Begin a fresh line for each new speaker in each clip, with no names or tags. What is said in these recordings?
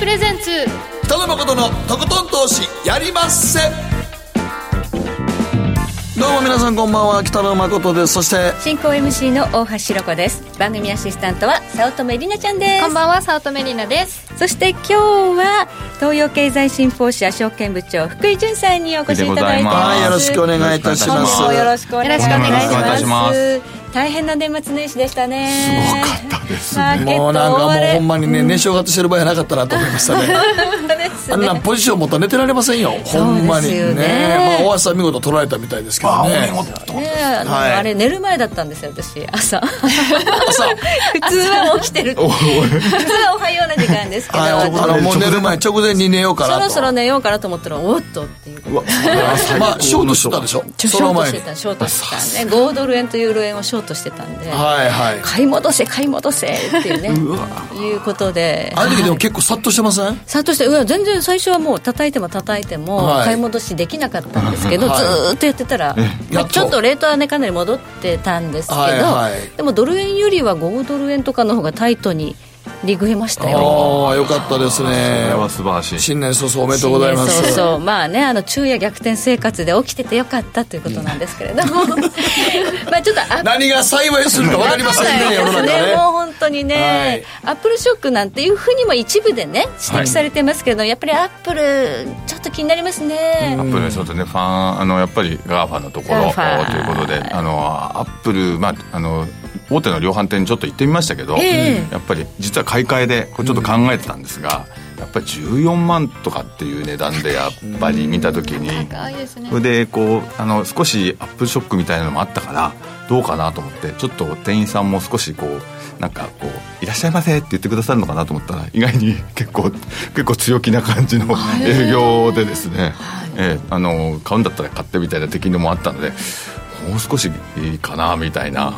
プレゼンツ
北野誠のとことん投資やりまっせどうも皆さんこんばんは北野誠ですそして
進行 MC の大橋ロコです番組アシスタントは早乙女里奈ちゃんです
こんばんは早乙女里奈です
そして今日は東洋経済新報社証券部長福井潤さんにお越しいただいています
はいよろしくお願いいたしま
今
す
後もよろしくお願いしま
よ
す
ろしくお願い
します
大変な年末年始でしたねすごかったです
もうなんかもうほんまにね、
ね
寝正月してる場合やなかったなと思いましたね あんなんポジション持ったら寝てられませんよほんまに
そうです
ね
よね
まあ大橋さん見事取られたみたいですけどね
あの
はい
あれ寝る前だったんですよ私朝
朝
普通は起きてる普通はおはような時間ですけど
はいあのもう寝る前直前に寝ようか
そ
な
ろ
と
そろ寝ようかなと思ったらおっとっていう
まあショートしてたでしょ
シ
そ
ョ
の
ート
前
し
に
てたショートしてたね5ドル円とユーロ円をショートしてたんで、
はいはい
買い戻せ買い戻せっていうねいうことで
あの時でも結構さっとしてません
さっとしてうわ全然最初はもう叩いても叩いても
はい
買い戻しできなかったんですけど、
はい
ずーっとやってたら、ま
や
あ
っと
ちょっとレートはねかなり戻ってたんですけど、
はいはい
でもドル円よりは5ドル円とかの方がタイトに利食えましたよ
ああよかったです
こ
ね
れは素晴らしい
新年早々おめでとうございます
そうそうまあねあの昼夜逆転生活で起きててよかったということなんですけれど もまあちょっとあ
何が幸いするか分かりません ね世の中
ね
ね
もう本当にね、アップルショックなんていうふうにも一部でね指摘されてますけど、やっぱりアップルちょっと気になりますね、
アップルの人ってねファンあのやっぱりガーファのところと
GAFA
いうことであのアップル、まあ、あの大手の量販店にちょっと行ってみましたけど、
ええ
やっぱり実は買い替えでこれちょっと考えてたんですが、やっぱり14万とかっていう値段でやっぱり見た時に
高いですね
それでこうあの少しアップルショックみたいなのもあったからどうかなと思ってちょっと店員さんも少しこうなんかこう「いらっしゃいませ」って言ってくださるのかなと思ったら意外に結構 結構強気な感じの営業でですね、ええあの買うんだったら買ってみたいな適任もあったので。もう少しいいかなみたいな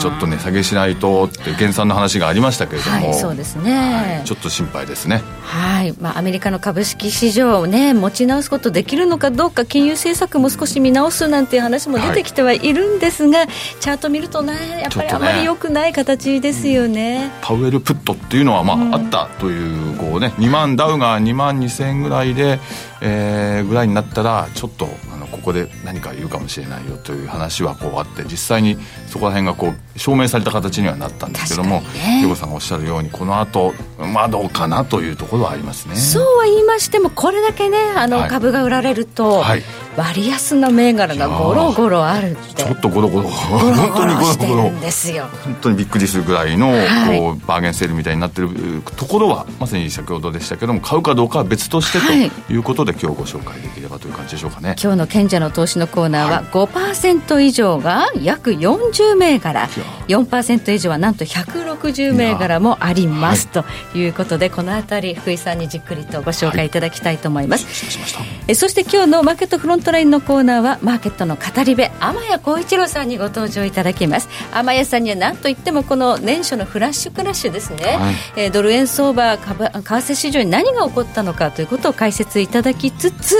ちょっと値下げしないとっていう減産の話がありましたけれども、
はいそうですね
はいちょっと心配ですね
はい、まあ、アメリカの株式市場をね持ち直すことできるのかどうか金融政策も少し見直すなんていう話も出てきてはいるんですが、チャート見るとねやっぱり
ちょ
あ
っとね
まり良くない形ですよね
パウエルプットっていうのはまあ、あったというこうね2万ダウが2万2000円ぐらいで、えーぐらいになったらちょっとあのここで何か言うかもしれないよという話はこうあって実際にそこら辺がこう証明された形にはなったんですけども
確かにね
リョウさんがおっしゃるようにこの後まあどうかなというところはありますね。
そうは言いましてもこれだけねあの
はい
株が売られると、
はい
割安の銘柄がゴロゴロあるって
ちょっとゴロゴ
ゴ
ロ
ロ
本
ゴ
当に
ロ
ゴロ
して
ゴ
る
ロ
んですよ
本当にびっくりするぐらいの、
はい
こうバーゲンセールみたいになってるところはまさに先ほどでしたけども買うかどうかは別として
はい
ということで、今日ご紹介できればという感じでしょうかね
今日の賢者の投資のコーナーは5%以上が約40銘柄4%以上はなんと160銘柄もありますということでこの辺り福井さんにじっくりとご紹介いただきたいと思います、
失礼しました
えそして今日のマーケットフロントラインのコーナーはマーケットの語り部天谷幸一郎さんにご登場いただきます天谷さんには何といってもこの年初のフラッシュクラッシュですね、
はい
えードル円相場株為替市場に何が起こったのかということを解説いただきつつ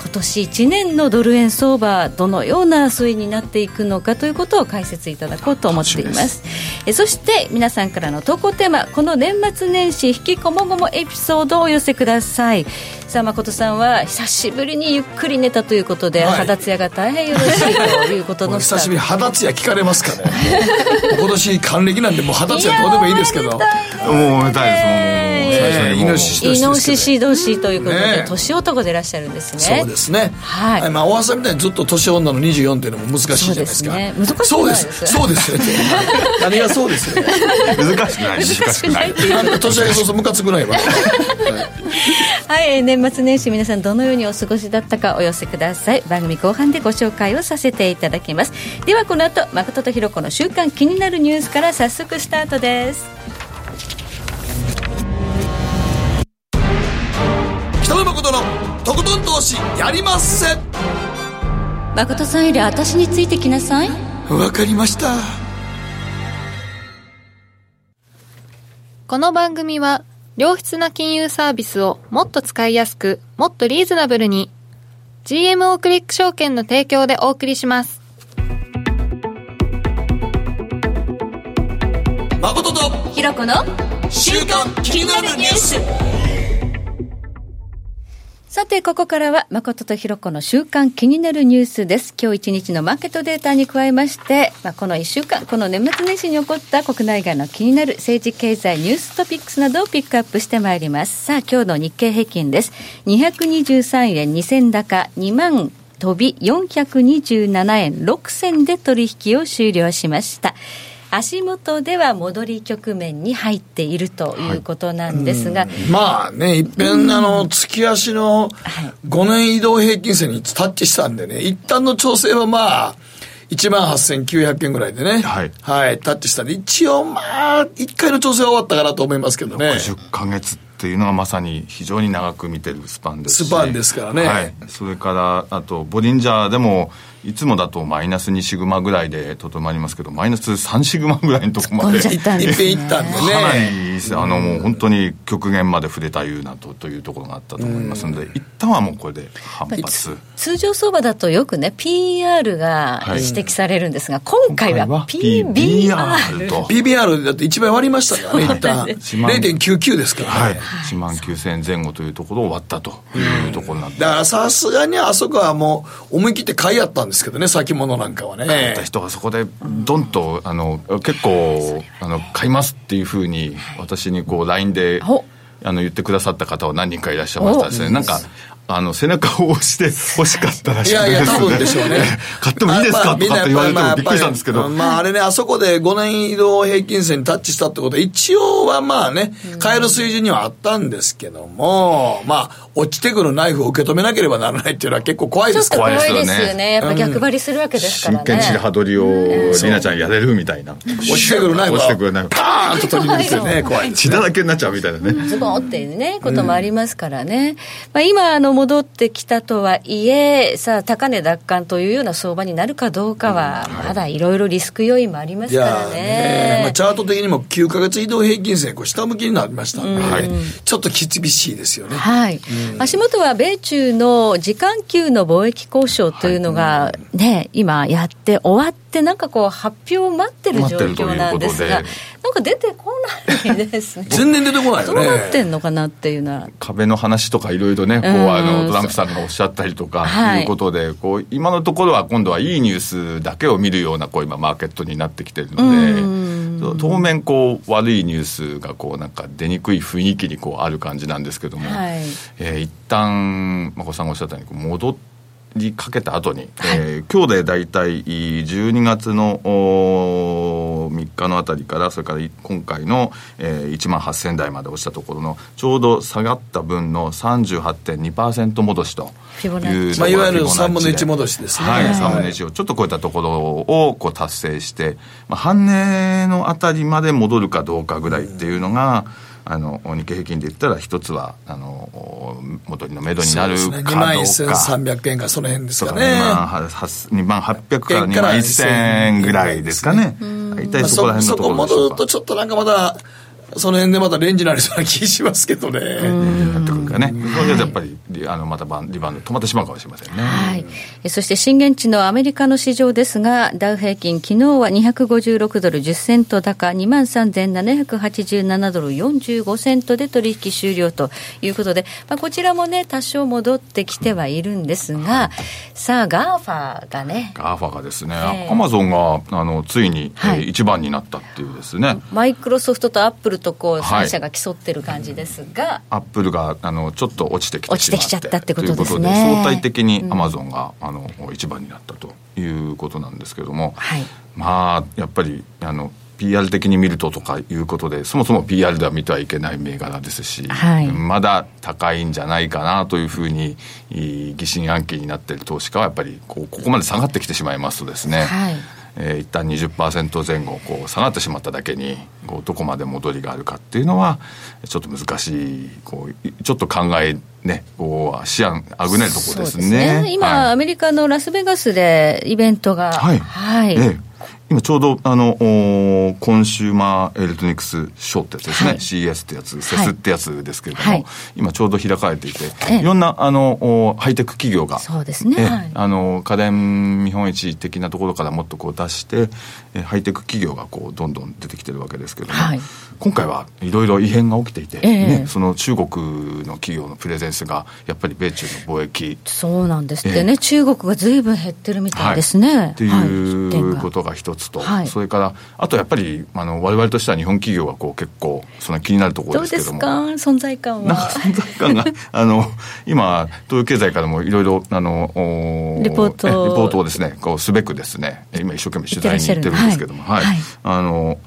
今年1年のドル円相場どのような推移になっていくのかということを解説いただこうと思っていますえそして皆さんからの投稿テーマこの年末年始引きこもごもエピソードをお寄せくださいさあ誠さんは久しぶりにゆっくり寝たということで、
はい
肌ツヤが大変よろしいということの
久しぶり
り
に肌ツヤ聞かれますか ねもう今年還暦なんでもう肌ツヤどうでもいいですけど
もうおめでたいですもう
ええ
も
イ
う
ノシシ
イノシシ同士ということで、
ねえ
年男でいらっしゃるんですね
そうですね、
はい
まあ、大橋さんみたいにずっと年女の24っていうのも難しいじゃないですか
そうですね難しくないです
そうですそうです よ何がそうですよ
難しくない難しくない
なんか年明けそうそうムカつくないわ
はい、えー年末年始皆さんどのようにお過ごしだったかお寄せください番組後半でご紹介をさせていただきますではこの後誠とひろ子の週間気になるニュースから早速スタートです
北野誠のとことん投資やりまっせ
誠さんより私についてきなさい
わかりました
この番組は良質な金融サービスをもっと使いやすくもっとリーズナブルに GMO クリック証券の提供でお送りします
誠と
ひろ子の
週刊気になるニュース
さて、ここからは、誠とひろこの週間気になるニュースです。今日一日のマーケットデータに加えまして、まあ、この1週間、この年末年始に起こった国内外の気になる政治経済ニューストピックスなどをピックアップしてまいります。さあ、今日の日経平均です。223円2銭高、2万飛び427円6銭で取引を終了しました。足元では戻り局面に入っているということなんですが、
まあね、いっぺん、あの、月足の5年移動平均線にタッチしたんでね、一旦の調整はまあ、1万8900円ぐらいでね、
はい
タッチしたんで、一応まあ、1回の調整は終わったかなと思いますけどね。
50ヶ月っていうのはまさに非常に長く見てるスパンですし
スパンですからね
はい、それからあとボリンジャーでもいつもだとマイナス2シグマぐらいでとどまりますけどマイナス3シグマぐらいのとこまで
突っ込んじゃ
い
っ
いっ
行たんです
ぺ
ね
ん行ったんで
かな
ね。
りですあのもう本当に極限まで触れたいうなとというところがあったと思いますので一旦はもうこれで反発
通常相場だとよくね PR が
はい
指摘されるんですが、今回は PBR
PBR と
PBR だって1倍割りましたからね、一旦。0.99ですからね。
はい、1万9000円前後というところを割ったというところになって
だからさすがにあそこはもう思い切って買いやったんですけどね、先物なんかは
買っ
ね
た。人がそこでドンとあの結構あの買いますっていうふうに私にこう LINE で
ほ
あの言ってくださった方は何人かいらっしゃいましたですねなんかあの背中を押して欲しかったらし
い
い
やいや、
です。
多分でしょうね
買ってもいいです
ま
か
あ
とかって言われてもびっくりしたんですけ
まあ
ど
まあまああれね、あそこで5年移動平均線にタッチしたってことは、一応はまあね、買える水準にはあったんですけども、まあ、落ちてくるナイフを受け止めなければならないっていうのは結構怖い
ち
で
ょっ
す
と
からね。
怖いで
怖いですす
よ
よ
ね
ね
やっぱ逆張りするわけですから
真
ね
剣地で羽取りをりなちゃんやれるみたいな
落ちてくるナイフ
落ちてくる
は、
ナイフ
パーンと取り抜いてね、怖い。
血だらけになっちゃうみたいなね
ズボンっていうね、こともありますからね。まあ今、あの、戻ってきたとはいえ、さあ、高値奪還というような相場になるかどうかは、まだいろいろリスク要因もありま
い
すか
や
ら
ーねまあ、
ね
チ。ャート的にも9ヶ月移動平均線、こう下向きになりましたんで、
はい
ちょっと厳しいですよね。。
はい、足元は米中の時間給の貿易交渉というのが、ね、今やって終わって、なんかこう、発表を待ってる
待
状
ってるという
況なんですが、
ことで
なんか出てこないですね
全然出てこない
ど
よ
う
ね。
なってんのかなっていうのは。
壁の話とかいろいろね、こう
うん
あのトランプさんがおっしゃったりとか
はい
いうことで、こう今のところは今度はいいニュースだけを見るようなこう今マーケットになってきてるので、当面こう悪いニュースがこうなんか出にくい雰囲気にこうある感じなんですけども、
はい
えー一旦まこさんがおっしゃったようにこう戻りかけた後に、えー今日でだいたい12月のおー3日のあたりからそれからい今回の、えー、1万8000台まで落ちたところのちょうど下がった分の38.2%戻しと
フィ
いう
ボナッ
まあ、いわゆる3分の1
一
戻しですね。
はい、3分の1をちょっと超えたところをこう達成して、まあ、半値のあたりまで戻るかどうかぐらいっていうのが、あの日経平均で言ったら、一つはあの戻りのめどになるかどうか。
2万1300円か、その辺です
そう
か
か
ね。
2万
ま
は2万800から2万1000円ぐらいですかね。大体
あ、
そこ
そ
ら辺の
そ
とこ
こ
ろでしょ
戻る
うか
と。ちょっとなんかまだ、その辺でまたレンジになりそうな気しますけどね。
なってくるからね。そうするとやっぱりリあのまたバンリバウンド止まってしまうかもしれませんね。
はい、えそして震源地のアメリカの市場ですが、ダウ平均、昨日は256ドル10セント高、2万3787ドル45セントで取引終了ということで、まあ、こちらもね、多少戻ってきてはいるんですが、さあ、ガーファーがね、
ガーファがですね、
ええ
アマゾンがあのついに、
はい
えー一番になったっていうですね。
マイクロソフトとアップルとこう、
はい
3社が競ってる感じですが、
アップルがあのちょっと落ちてきて
落ちてきちゃったってことですね
ということで相対的にアマゾンが、あの一番になったということなんですけども、
はい
まあやっぱりあの PR 的に見るととかいうことでそもそも PR では見てはいけない銘柄ですし、
はい
まだ高いんじゃないかなというふうにいい疑心暗鬼になっている投資家はやっぱりこうここまで下がってきてしまいますとですね、
はい
えー一旦20%前後こう下がってしまっただけにこうどこまで戻りがあるかっていうのはちょっと難しいこういちょっと考えねこう視野あぐねるところですね。
今、
はい
アメリカのラスベガスでイベントが、
はい
はい
ええ今ちょうどあのおーコンシューマーエレクトロニクスショーってやつですね、
はい
CES ってやつセ
は
ス
い
ってやつですけれども、
はい
今ちょうど開かれていて、
ええ
いろんなあのおーハイテク企業が
そうですね
ええ
はい
あの家電見本市的なところからもっとこう出してえハイテク企業がこうどんどん出てきてるわけですけれども、
はい
今回はいろいろ異変が起きていて、
ええ
ね、その中国の企業のプレゼンスがやっぱり米中の貿易
そうなんですって
え
ね、
え
中国がずいぶん減ってるみたいですね。。
はい、っていうこととが一つと、
はい
それからあとやっぱりあの我々としては日本企業はこう結構その気になるとこ
ど
ろ
う
ですけ
で
ど
す
も。
か存在感
なんか
は。
存在 感があの今東洋経済からもいろいろあのお
レポート
えレポートをですねこうすべくですねえ今一生懸命取材に行ってるんですけども
行ってらっ
はい、
しゃる
あの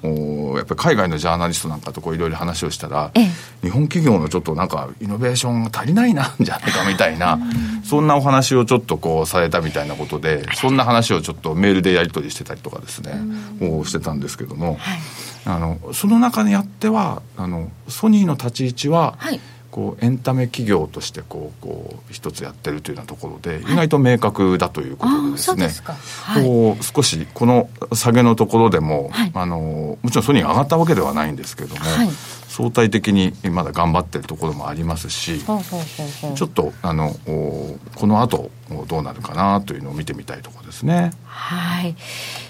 おやっぱり海外のジャーナリストなんかとこういろいろ話をしたら、
ええ
日本企業のちょっとなんかイノベーションが足りないなんじゃないかみたい なそんなお話をちょっとこうされたみたいなことでそんな話をちょっとメールでやり取りしてたりとかですねをしてたんですけども、
はい
あのその中にあってはあのソニーの立ち位置は、
はい
こうエンタメ企業としてこうこう一つやってるというようなところで意外と明確だということで
あ
で
あそ
す
う
ね、
ですかはい
こう少しこの下げのところでも、
はい
あのもちろんソニーが上がったわけではないんですけども、
はい
相対的にまだ頑張ってるところもありますし。
ほうほうほうほう
ちょっとあのおこの後どうなるかなというのを見てみたいところですね。
はい。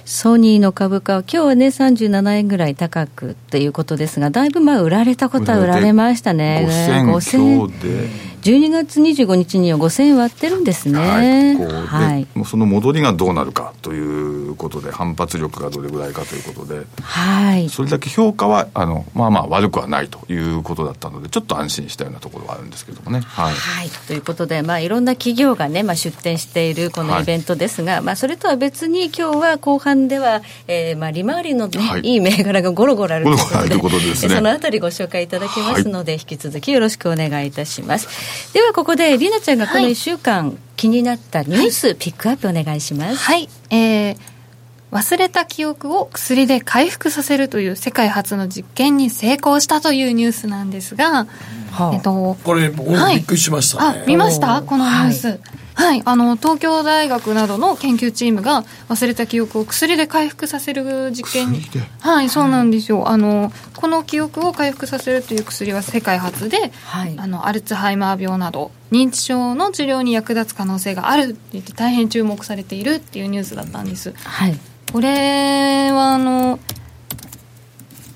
ソニーの株価は今日はね37円ぐらい高くということですが、だいぶまあ売られたことは売られましたね。
五千強で。
12月25日には5000円割ってるんです
はい
ね。
こうで
はい。
もうその戻りがどうなるかということで反発力がどれぐらいかということで
はい。
それだけ評価はあのまあまあ悪くはないということだったのでちょっと安心したようなところはあるんですけどもね、はい、
はい、ということで、まあ、いろんな企業が、ねまあ、出展しているこの
はい
イベントですが、まあ、それとは別に今日は後半では、えーまあ、利回りの、ね
はい
い、い銘柄がゴロゴロあるということ
ゴロゴロある
で
ということですね
そのあたりご紹介いただきますので、引き続きよろしくお願いいたしますではここでりなちゃんがこの1週間、気になったニュースピックアップお願いします。
はい、えー忘れた記憶を薬で回復させるという世界初の実験に成功したというニュースなんですが、
はあ
えっと、
これ僕も
はい
びっくりしました
あ
ね、
見ました
おー
このニュース。はい、あの東京大学などの研究チームが忘れた記憶を薬で回復させる実験に
薬で
はいそうなんですよあのこの記憶を回復させるという薬は世界初で、
はい
あのアルツハイマー病など認知症の治療に役立つ可能性があるって言って大変注目されているっていうニュースだったんです
はい
これはあの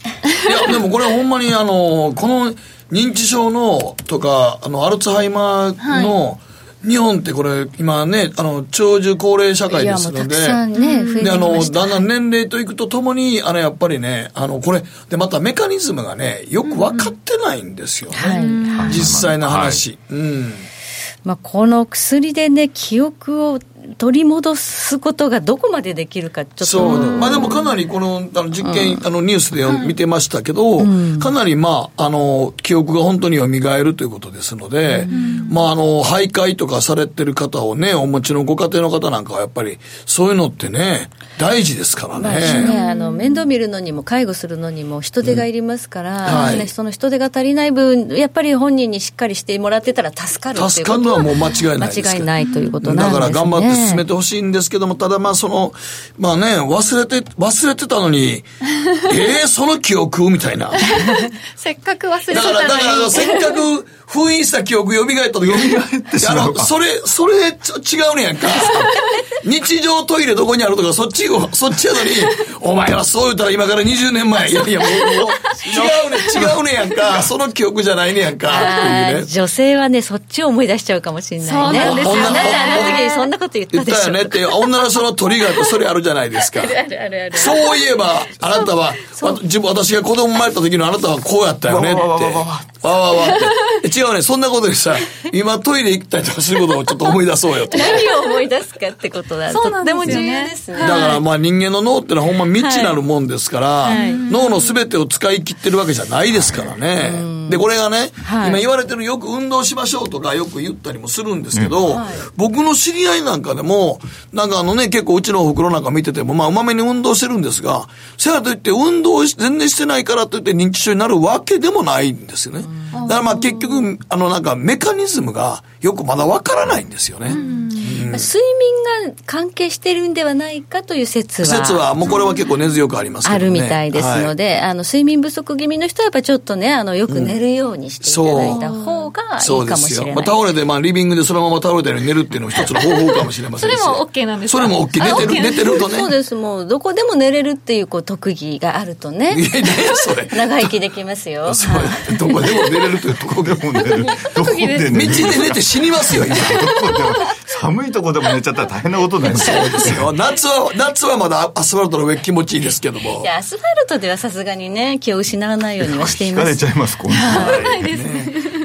いやでもこれほんまにあのこの認知症のとかあのアルツハイマーの、日本ってこれ今ねあの長寿高齢社会
い
で
やも
す
うた
の
く
で
さんね、増えてき
であの
ました
だんだん年齢といくとともにあのやっぱりねあのこれでまたメカニズムがねよく分かってないんですよね、
はい
はい
実際の話、うん
まあ、この薬でね記憶を取り戻すことがどこまでできるかちょっと
そうまあでもかなりこのあの実験、あのニュースでよ見てましたけど、かなりまああの記憶が本当に蘇るということですので、まああの徘徊とかされてる方をねお持ちのご家庭の方なんかはやっぱりそういうのってね大事ですからね。
まあね、あの面倒見るのにも介護するのにも人手がいりますから、
うんはい
ねその人手が足りない分やっぱり本人にしっかりしてもらってたら助かるってい
助
うこ
かる
と
の
は
はもう間違いないですけど
間違いないということな
だ
んで
か
すね
ら頑張って進めてほしいんですけども、ただまあその、まあね、忘れて、忘れてたの に、ええその記憶みたいな。だか
せっかく忘れてた
ら、だか
の
ら、
に
せっかく封印した記憶蘇ったと、蘇って
しまう
あの、それ、それちょ違うねやんか。日常トイレどこにあるとか、そっちを、そっちやのに、お前はそう言ったら今から20年前。いやいや、もう、もう違うね、違うねやんか。その記憶じゃないねやんか。っ
あ
ていう
ー
ね。
女性はねそっちを思い出しちゃうかもしれないね
そうなんです
よね
なんであの時にそんなこと言っ
言
た
っ
で
た
し
よ
ょ
ねって、女の人のトリガーとそれあるじゃないですか。そういえば、あなたは、わ自分、私が子供生まれた時のあなたはこうやったよねって。
わわわわわ
わわわって。違うね、そんなことでさ、今トイレ行ったりとかすることをちょっと思い出そうよと。
何を思い出すかってことだ
そうな
と
んで
って
すよ
も
ね
重要ですね
だからまあ人間の脳ってのはほんま未知なるもんですから、
い
脳の全てを使い切ってるわけじゃないですからね。で、これがね、
はい
今言われてるよく運動しましょうとかよく言ったりもするんですけど、僕の知り合いなんかでも、なんかあのね、結構うちのお袋なんか見てても、まあうまめに運動してるんですが、せやといって運動を全然してないからといって認知症になるわけでもないんですよね。だからまあ結局、あのなんかメカニズムがよくまだわからないんですよね。
まあ睡眠が関係してるんではないかという説は
説は、もうこれは結構根強くありますけ
あ
どね。
るみたいですので、あの睡眠不足気味の人はやっぱりちょっとねあのよく寝るようにしていただいた方がいい
そうで
かも
す
しれ
よ。
ない、
まあ、倒れて、まあ、リビングでそのまま倒れたように寝るっていうのも一つの方法かもしれませんし。
それも OK なんですか
それも OK。寝てる、
あ OK
寝てるとね。
そうですもうどこでも寝れるっていうこう特技があるとね
いやいや、それ。
長生きできますよ
それ、どこでも寝れるというとこ
こでも寝るどこで寝
道
る
で寝て死にます よ、今。
どこでも寒いとこでも寝ちゃったら大変なことになりそう
ですよ夏は、夏はまだアスファルトの上気持ちいいですけども
い。やアスファルトではさすがにね気を失わないようにはしてい
疲
ま
れ
す
ちゃいます今度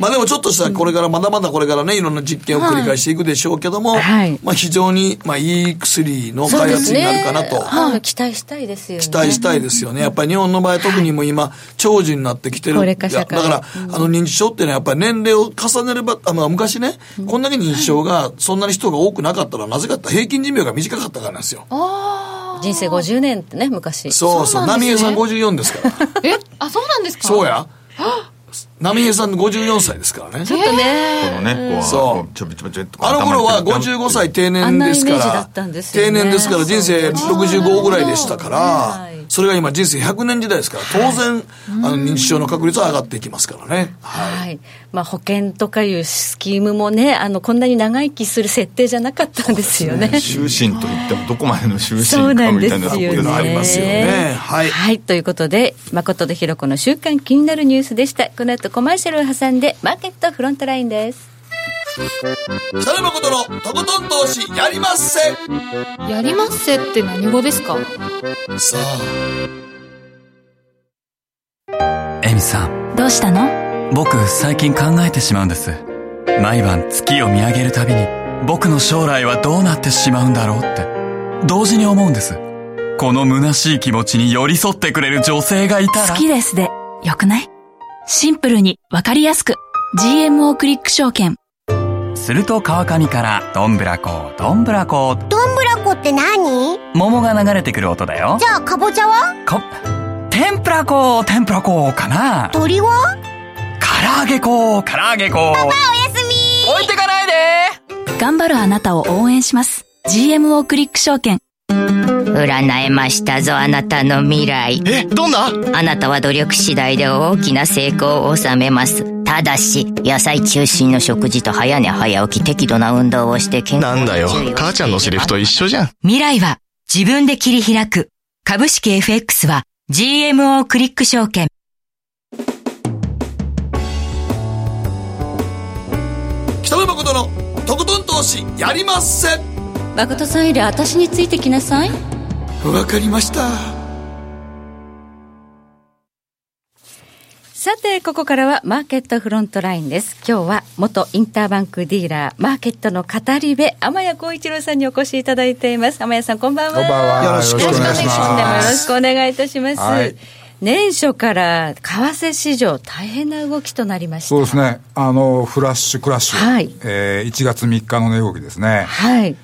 まあでもちょっとしたこれから、まだまだこれからね、いろんな実験を繰り返していくでしょうけども、
はい
まあ非常に、まあいい薬の
そう
開
で
発
す
に
ね
なるかなと。
はい期待したいですよね
期待したいですよね。やっぱり日本の場合特にもう今、長寿になってきてる。
高齢化社会
いやだから、あの認知症っていうのはやっぱり年齢を重ねれば、あの昔ね、こんだけ認知症がそんなに人が多くなかったら、なぜかって平均寿命が短かったからなんですよ。
人生50年ってね昔
そう
そ
そうう。
なん
浪
ですね
江さん54です から。
えあそうなんですか
そうや。浪江さん54歳ですからね。
ちょっとね
このねこう
そう
こうちょびちょびちょびっとこう
あの頃は
頭にちょびちょび
55歳定年ですか
あんなイメージだ
ら
っ、たんですよね
定年ですから人生65ぐらいでしたか
は
ら
い、
それが今人生100年時代ですから、当然、あの認知症の確率は上がっていきますからね。はい。
はいまあ、保険とかいうスキームもねあのこんなに長生きする設定じゃなかったんですよね。
終身といってもどこまでの終
そう
身
な
か
ん
み
で
たいなと
す
こ
よ
ろ
ね。
があります
すよねはい
ということで、誠とひろ子の週刊気になるニュースでした。この後コマーシャルを挟んで、マーケットフロントラインです。
北野誠のとことん投資やりまっせ
やりまっせって何語ですか
さあ、
エミさん
どうしたの
僕最近考えてしまうんです毎晩月を見上げるたびに僕の将来はどうなってしまうんだろうって同時に思うんですこの虚しい気持ちに寄り添ってくれる女性がいたら
好きですで、よくないシンプルにわかりやすく GMO クリック証券
すると川上からどんぶらこどんぶらこ
ラコって何
桃が流れてくる音だよ
じゃあかぼちゃは
こ天ぷらこ天ぷらこかな唐
鳥は
揚げこ唐揚げこパパおやすみ置いてかないで
頑張るあなたを応援します GMO クリック証券
占えましたぞあなたの未来えどんなあなたは努力次第で大きな成功を収めますただし野菜中心の食事と早寝早起き適度な運動をして健康
なんだよ
に注意をしていれ、ば
母ちゃんのセリフと一緒じゃん。
未来は自分で切り開く株式 FX は GMO クリック証券
北野誠のとことん投資やりまっせ
誠さんより私についてきなさい。
わかりました。
さて、ここからはマーケットフロントラインです。今日は元インターバンクディーラー、マーケットの語り部、天谷幸一郎さんにお越しいただいています。天谷さん、こんばんは。
よろしくお願いします
よろしくお願いいたします。
はい
年初から為替市場大変な動きとなりました。
そうですね、あのフラッシュクラッシュ、
はい
えー1月3日の値動きですね、
はい。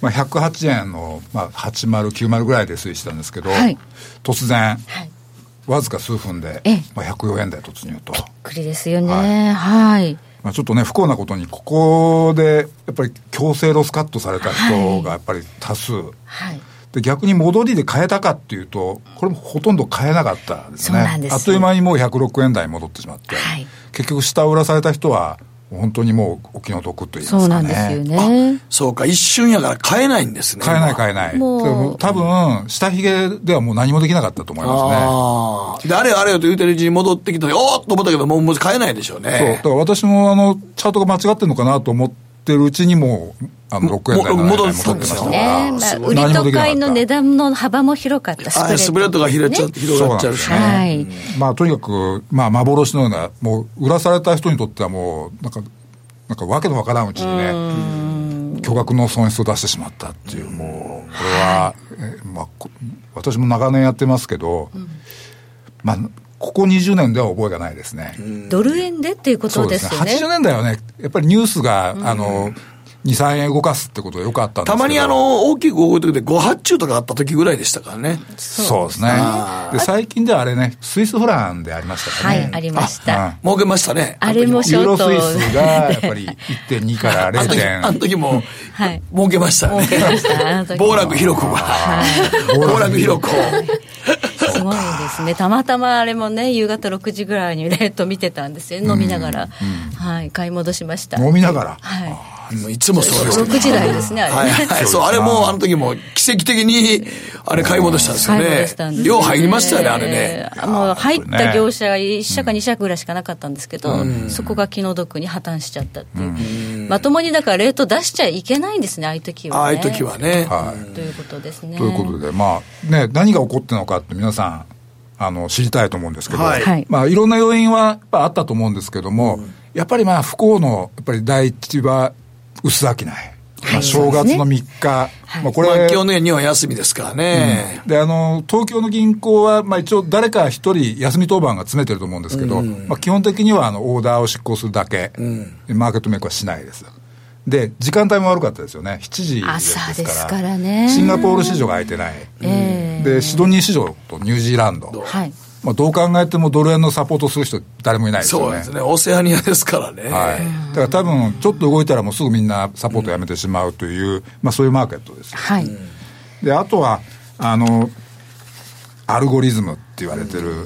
まあ、108円の、まあ、80、90ぐらいで推移したんですけど、
はい
突然、
はい
わずか数分で
ええ、
まあ、104円台突入と、
栗ですよね。はい。
まあ、ちょっとね、不幸なことに、ここでやっぱり強制ロスカットされた人がやっぱり多数。
はい。
で逆に戻りで買えたかっていうと、これもほとんど買えなかったです
そう
ね。
なんです
あっという間にもう106円台に戻ってしまって、
はい
結局下売らされた人は、本当にもうお気の毒と言いますかね。
そうなんですよね。
そうか、一瞬やから買えないんですね。
買えない
え
買えない。
もう
でも多分、下髭ではもう何もできなかったと思いま
ああ。で、あれよあれよと言うてるうちに戻ってきたら、おーっと思ったけど、もうもう買えないでしょう
すね。
ね。
そう。だから私もあの、チャートが間違ってるのかなと思ってるうちにもう、あの、6円台
も
7円
戻
台
ってたんですよ
戻ってましたから
ね
あー
ますあ、
ご
売
い
り
何も
と
できなかった
買いの値段の幅も広かったスプレ
あ
ッド。
スプレッドが広がっちゃって、広がっちゃうし
そう
ね。
なん
はい。
まあ、とにかく、まあ、幻のような、もう、売らされた人にとってはもう、なんか、なんか、わけのわからんうちにね、巨額の損失を出してしまったっていう、もう、これは、えーまあ、こ私も長年やってますけど、まあ、ここ20年では覚えがないですね。
ドル円でっていうことですよね。
80年代はね、やっぱりニュースが、あの、
23円動かすってことでよかったんです
た
けど
まにあの、大きく動いてくれて、5発注とかあった時ぐらいでしたからね。
そうですねで最近ではあれねスイスフランでありましたか
は
ら
い
ね、
ありました
儲けましたね。
あれもシ
ユー
ョ
ロ
ー
ス
ト
イスがやっぱり1.2から
あの時あの
0.5
時も、
はい
儲けましたね。
儲けましたあの時
暴落広子が。 暴落広子。
すごいですねたまたまあれもね夕方6時ぐらいにレート見てたんですよ飲みながら、はい買い戻しました
飲みながら
はい
もういつもそうですけど
6時台ですねあれね、
はいはい。そう、あれも、あの時も、奇跡的に、あれ買い戻したんですよ
買い戻
ね
したんです。
量入りましたよね、あれね。
えーもう入った業者が1社か2社ぐらいしかなかったんですけど、そこが気の毒に破綻しちゃったっていう、まともにだからレート出しちゃいけないんですね、ああいう時は、ね。
ああいう時はね。
はい
ということですね。
ということで、まあね、何が起こってるのかって皆さんあの知りたいと思うんですけど、
はい
はい
まあ、いろんな要因はやっぱあったと思うんですけども、やっぱりまあ不幸のやっぱり第一は薄商い、まあ、正月の3日、まあ、これ
まあ、基本的には休みですからね。
であの東京の銀行は、まあ、一応、誰か一人休み当番が詰めてると思うんですけど、まあ、基本的にはあのオーダーを執行するだけ、マーケットメイクはしないです。で時間帯も悪かったですよね、7時ですから
朝ですからね
シンガポール市場が空いてない、でシドニー市場とニュージーランド、
はい
まあ、どう考えてもドル円のサポートする人、誰もいないです
そ
よ
う
ね
で。すね。オセアニアですからね。
はい、だから多分ちょっと動いたらもうすぐみんなサポートやめてしまうという、まあ、そういうマーケットです。
はい、
であとはあのアルゴリズムって言われてるう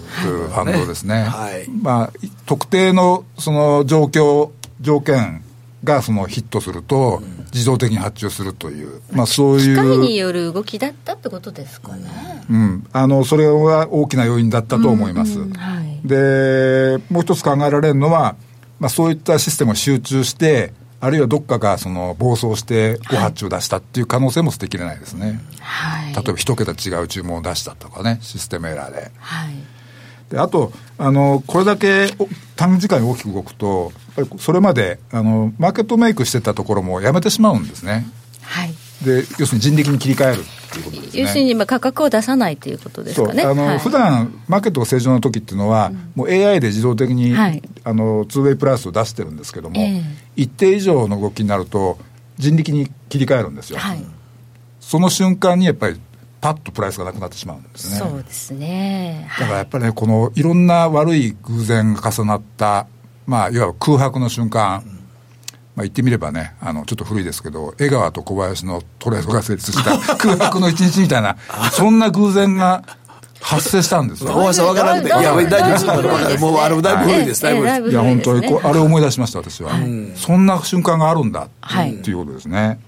ん反応ですね、
はい
まあ、特定のその状況条件がそのヒットすると自動的に発注するという、まあ、そう
機械に
いう、
よる動きだったってことですかね。
うん、あのそれは大きな要因だったと思います、
はい
でもう一つ考えられるのは、まあ、そういったシステムを集中してあるいはどっかがその暴走してご発注を出したっていう可能性も捨てきれないですね、
はい
例えば一桁違う注文を出したとかねシステムエラーで
はい
であとあのこれだけお短時間に大きく動くとやっぱりそれまであのマーケットメイクしてたところもやめてしまうんですね
はい
で要するに人力に切り替えるっていうことですね
要するにまあ価格を出さないということです
そう
かね。
あの、
はい
普段マーケットが正常な時っていうのは、もう AI で自動的に、
はい
あの 2way プラスを出してるんですけども、
ええ
一定以上の動きになると人力に切り替えるんですよ、
はい
その瞬間にやっぱりパッとプライスがなくなってしまうんですね
そうですね。
だからやっぱりね、このいろんな悪い偶然が重なった、まあ、いわば空白の瞬間、まあ、言ってみればね、あのちょっと古いですけど、江川と小林のトレードが成立した空白の一日みたいな、そんな偶然が発生したんで す
大
よ。
橋さん、わからなくて、い
だい
や、大
ぶ
丈夫です
だいぶ古いですね
もう、あれ、だいぶ古いです、だいぶ古いです
ええええ
いや、本当にこう、
だい
あれを思い出しました、私は。そんな瞬間があるんだ、
はい
っていうことですね。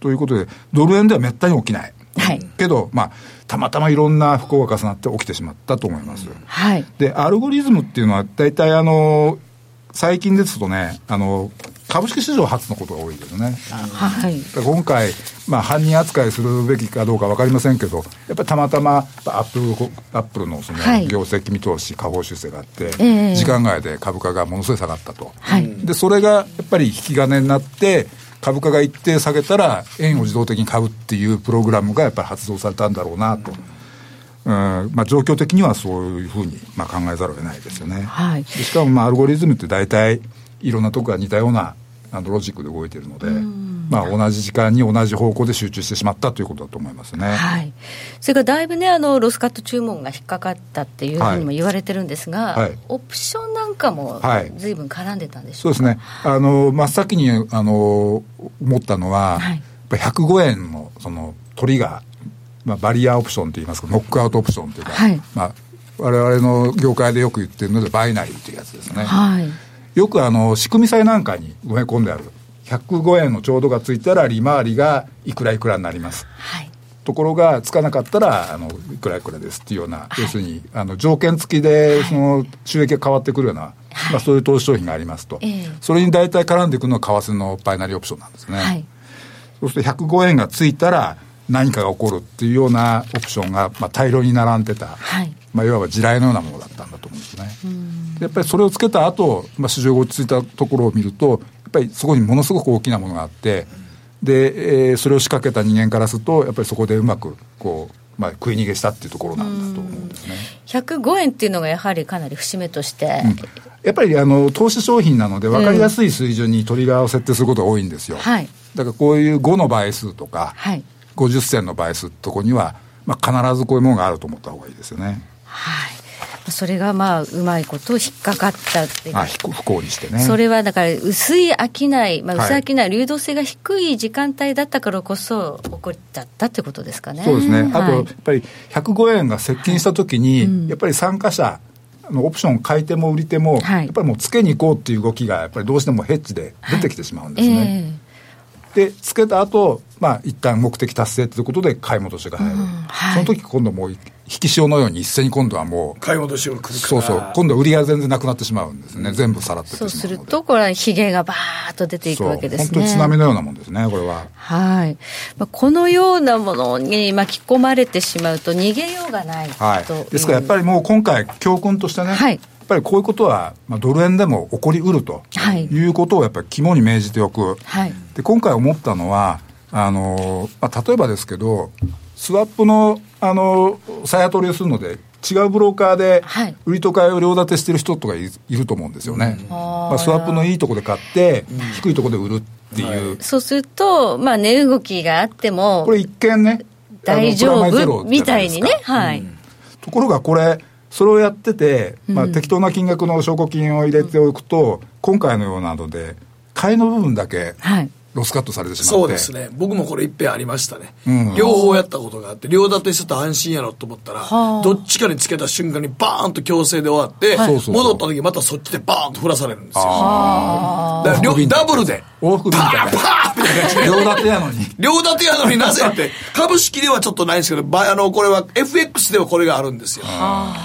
ということで、ドル円ではめったに起きない。
はい
けど、まあ、たまたまいろんな不幸が重なって起きてしまったと思います。
はい
でアルゴリズムっていうのは大体あの最近ですとねあの株式市場初のことが多いですね
はい
だから今回、まあ、犯人扱いするべきかどうか分かりませんけどやっぱりたまたまアップルアップルのその
はい
業績見通し下方修正があって、
ええ
時間外で株価がものすごい下がったと、
はい
でそれがやっぱり引き金になって株価が一定下げたら円を自動的に買うっていうプログラムがやっぱり発動されたんだろうなと、うんまあ、状況的にはそういうふうに、まあ、考えざるを得ないですよね、
はい
でしかもまあアルゴリズムって大体いろんなとこが似たようなあのロジックで動いてるので、まあ、同じ時間に同じ方向で集中してしまったということだと思いますね。
はい、それからだいぶねあのロスカット注文が引っかかったっていうふうにも
はい
言われてるんですが、
はい
オプションなんかも
はい
随分絡んでたんでし
そ
ょ
う
う
ですね。あの、真っ先に、あの、思ったのは、
はい
やっぱ105円の、その、トリガー、まあ、バリアオプションといいますか、ノックアウトオプションというか、
はい
まあ、我々の業界でよく言ってるので、バイナリーというやつですね。
はい
よく、あの、仕組み債なんかに埋め込んである。105円のちょうどがついたら、利回りがいくらいくらになります。
はい
ところがつかなかったらあのいくらいくらですっていうような、要するにあの条件付きでその収益が変わってくるような、まあ、そういう投資商品がありますと、
ええ
それに大体絡んでいくのが為替のバイナリーオプションなんですね、
はい
そうすると105円がついたら何かが起こるっていうようなオプションが、まあ、大量に並んでた、
はい
まあ、いわば地雷のようなものだったんだと思うんですねでやっぱりそれをつけた後、まあ市場が落ち着いたところを見るとやっぱりそこにものすごく大きなものがあってで、えーそれを仕掛けた人間からするとやっぱりそこでうまくこうまあ、食い逃げしたっていうところなんだと思うんですね。
105円っていうのがやはりかなり節目として、
やっぱりあの投資商品なので分かりやすい水準にトリガーを設定することが多いんですよ、
はい
だからこういう5の倍数とか、
はい
50銭の倍数ってとこには、まあ、必ずこういうものがあると思った方がいいですよね、
はい、それがまあうまいこと引っかかったっていう
まあ、非不幸にしてね
それはだから薄い商い、まあ、
はい
薄い商い、流動性が低い時間帯だったからこそ起こっちゃったってことですかね。
そうですね、あと
は
や
い
っぱり105円が接近した時に、やっぱり参加者のオプション買い手も売り手も、
はい
やっぱりもうつけに行こうっていう動きがやっぱりどうしてもヘッジで出てきてしまうんですね、
え
でつけた後、まあ一旦目的達成ということで買い戻しが入る、その時今度もう引き潮のように一斉に今度はもう
買い戻しが来るから
そうそう今度は売りが全然なくなってしまうんですね全部さらってっ
え
てし
そ
まうの
う
です
ると、これはひげがばーっと出ていく
そう
わけですね。
本当に津波のようなもんですねこれは
はいまあ、このようなものに巻き込まれてしまうと逃げようがないと、、
はいい、ですからやっぱりもう今回、教訓としてね、
はい
やっぱりこういうことは、まあ、ドル円でも起こりうると、
はい
い、うことをやっぱり肝に銘じておく、
はい
で今回思ったのは、あのまあ、例えばですけど、スワップの、あの再当取りをするので、違うブローカーで
はい
売りと買いを両立てしてる人とかいいると思うんですよね、まあ、スワップのいいとこで買って、低いとこで売るっていう、
そうすると、まあ、値動きがあっても
これ、一見ね、あの
大
プラ
丈
マイゼ
夫
ロ
み
じゃな
た
で
い
す
に
か
ね、はい
ところがこれ、それをやってて、まあ、適当な金額の証拠金を入れておくと、今回のようなので、買いの部分だけ
はい
ロスカットされてしまって、
そうですね僕もこれいっぺんありましたね、
ん
両方やったことがあって両立てしてたら安心やろと思ったら、どっちかにつけた瞬間にバーンと強制で終わって、
はい
戻った時またそっちでバーンと振らされるんですよだから両ダブルで
往復みたいな、両立てやのに、
両立てやのになぜって株式ではちょっとないんですけどばあのこれは FX ではこれがあるんですよ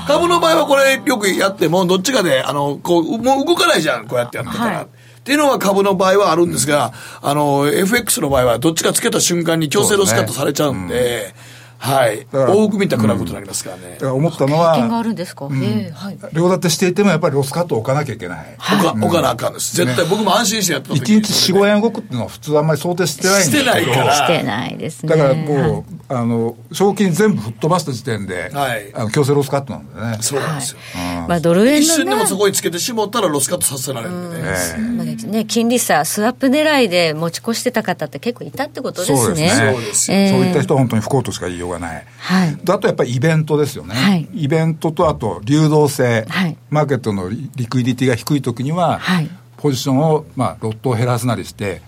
株の場合はこれよくやってもどっちかであのこうもう動かないじゃんこうやってやってたら、
はい
っていうのは株の場合はあるんですが、あの FX の場合はどっちかつけた瞬間に強制ロスカットされちゃうんではい
だから
大奥みたくなことになりますからね
だ、から思ったの
経験があ
は、
るんですか、ええはい、
両立てしていてもやっぱりロスカットを置かなきゃいけない。
おかおかなあかんです絶対僕も安心してやってた
一
時に
日4、5円動くっていうのは普通あんまり想定してないん
してないから
してないですね
だからもう、あの、賞金全部吹っ飛ばした時点で、
はい
あの強制ロスカットなんでね。
そうなんですよ、
まあ、ドル円
一
の、ね
瞬でもそこにつけてしもったらロスカットさせられるんでね、
ええ
まあね、金利差、スワップ狙いで持ち越してた方って結構いたってことですね。
そうですね。
そうです
そういった人は本当に不幸としか言いようがない。
はい
あとやっぱりイベントですよね。
はい
イベントとあと流動性、
はい
マーケットのリリクイディティが低い時には、
はい
ポジションを、まあ、ロットを減らすなりして、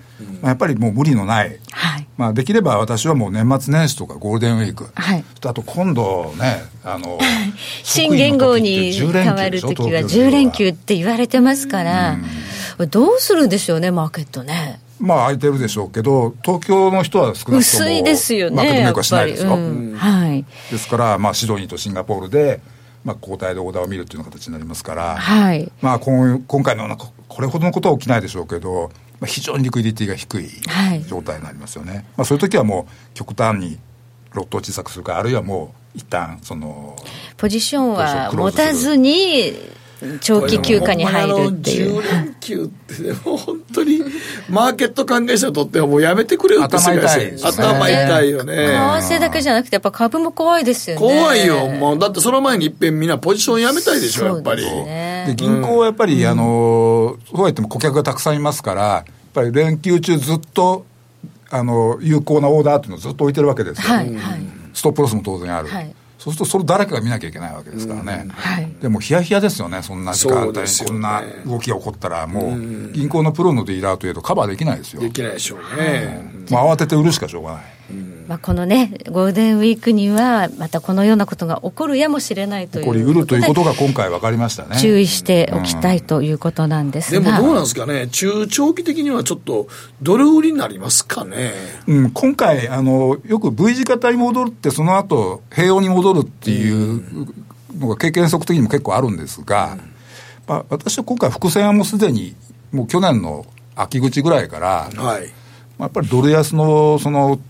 まあやっぱりもう無理のない、
はい
まあ、できれば私はもう年末年始とかゴールデンウィーク、
はい
あと今度ねあの
新元号に変わるときは10連休って言われてますから、どうするんでしょうね、マーケットね。
まあ空いてるでしょうけど東京の人は少なくとも
薄いですよ
マーケッ
ね、
トメ
や
イ
っ
クはし
ぱ
ない
り。
ですよ、
うんはい。
ですから、まあ、シドニーとシンガポールで、まあ、交代でオーダーを見るというような形になりますから、
はい
まあ、こう今回のようなここれほどのことは起きないでしょうけど、まあ、非常にリクイディティが低い
はい
状態になりますよね、まあ、そういう時はもう極端にロットを小さくするかあるいはもう一旦その
ポジションは
ポ
持
ジションクローズする
たずに、長期休暇に入るってい
ほ。
う
んまにあの10連休ってでも本当にマーケット関係者にとってはもうやめてくれよって世界
頭痛いですね
頭痛いよ
為
ね。
替だけじゃなくて、やっぱ株も怖いですよね。
怖いよ、もう。だってその前に一遍みんなポジションやめたいでしょ、やっぱり。
そうですね
で銀行はやっぱり、あのそうは言っても顧客がたくさんいますからやっぱり連休中ずっとあの有効なオーダーっていうのをずっと置いてるわけですよ、
はいはい
ストップロスも当然ある、
はい
そうするとそれ誰かが見なきゃいけないわけですからね、
はい
でもヒヤヒヤですよねそんな時間
そう
帯
で
に
すよ
こ
ね
んな動きが起こったらもう銀行のプロのディーラーといえどカバーできないですよ
できないでしょうね。
もう慌てて売るしかしょうがない
まあ、このね、ゴールデンウィークには、またこのようなことが起こるやもしれないという
起こりうるということが今回分かりましたね
注意しておきたいということなんです
でも
が、
どうなんですかね、中長期的にはちょっとドル売りになりますかね。
うん、今回あの、よく V 字型に戻るって、その後平穏に戻るっていうのが経験則的にも結構あるんですが、まあ、私は今回、伏線はもうすでに、もう去年の秋口ぐらいから、ま
はい。
あやっぱりドル安のその、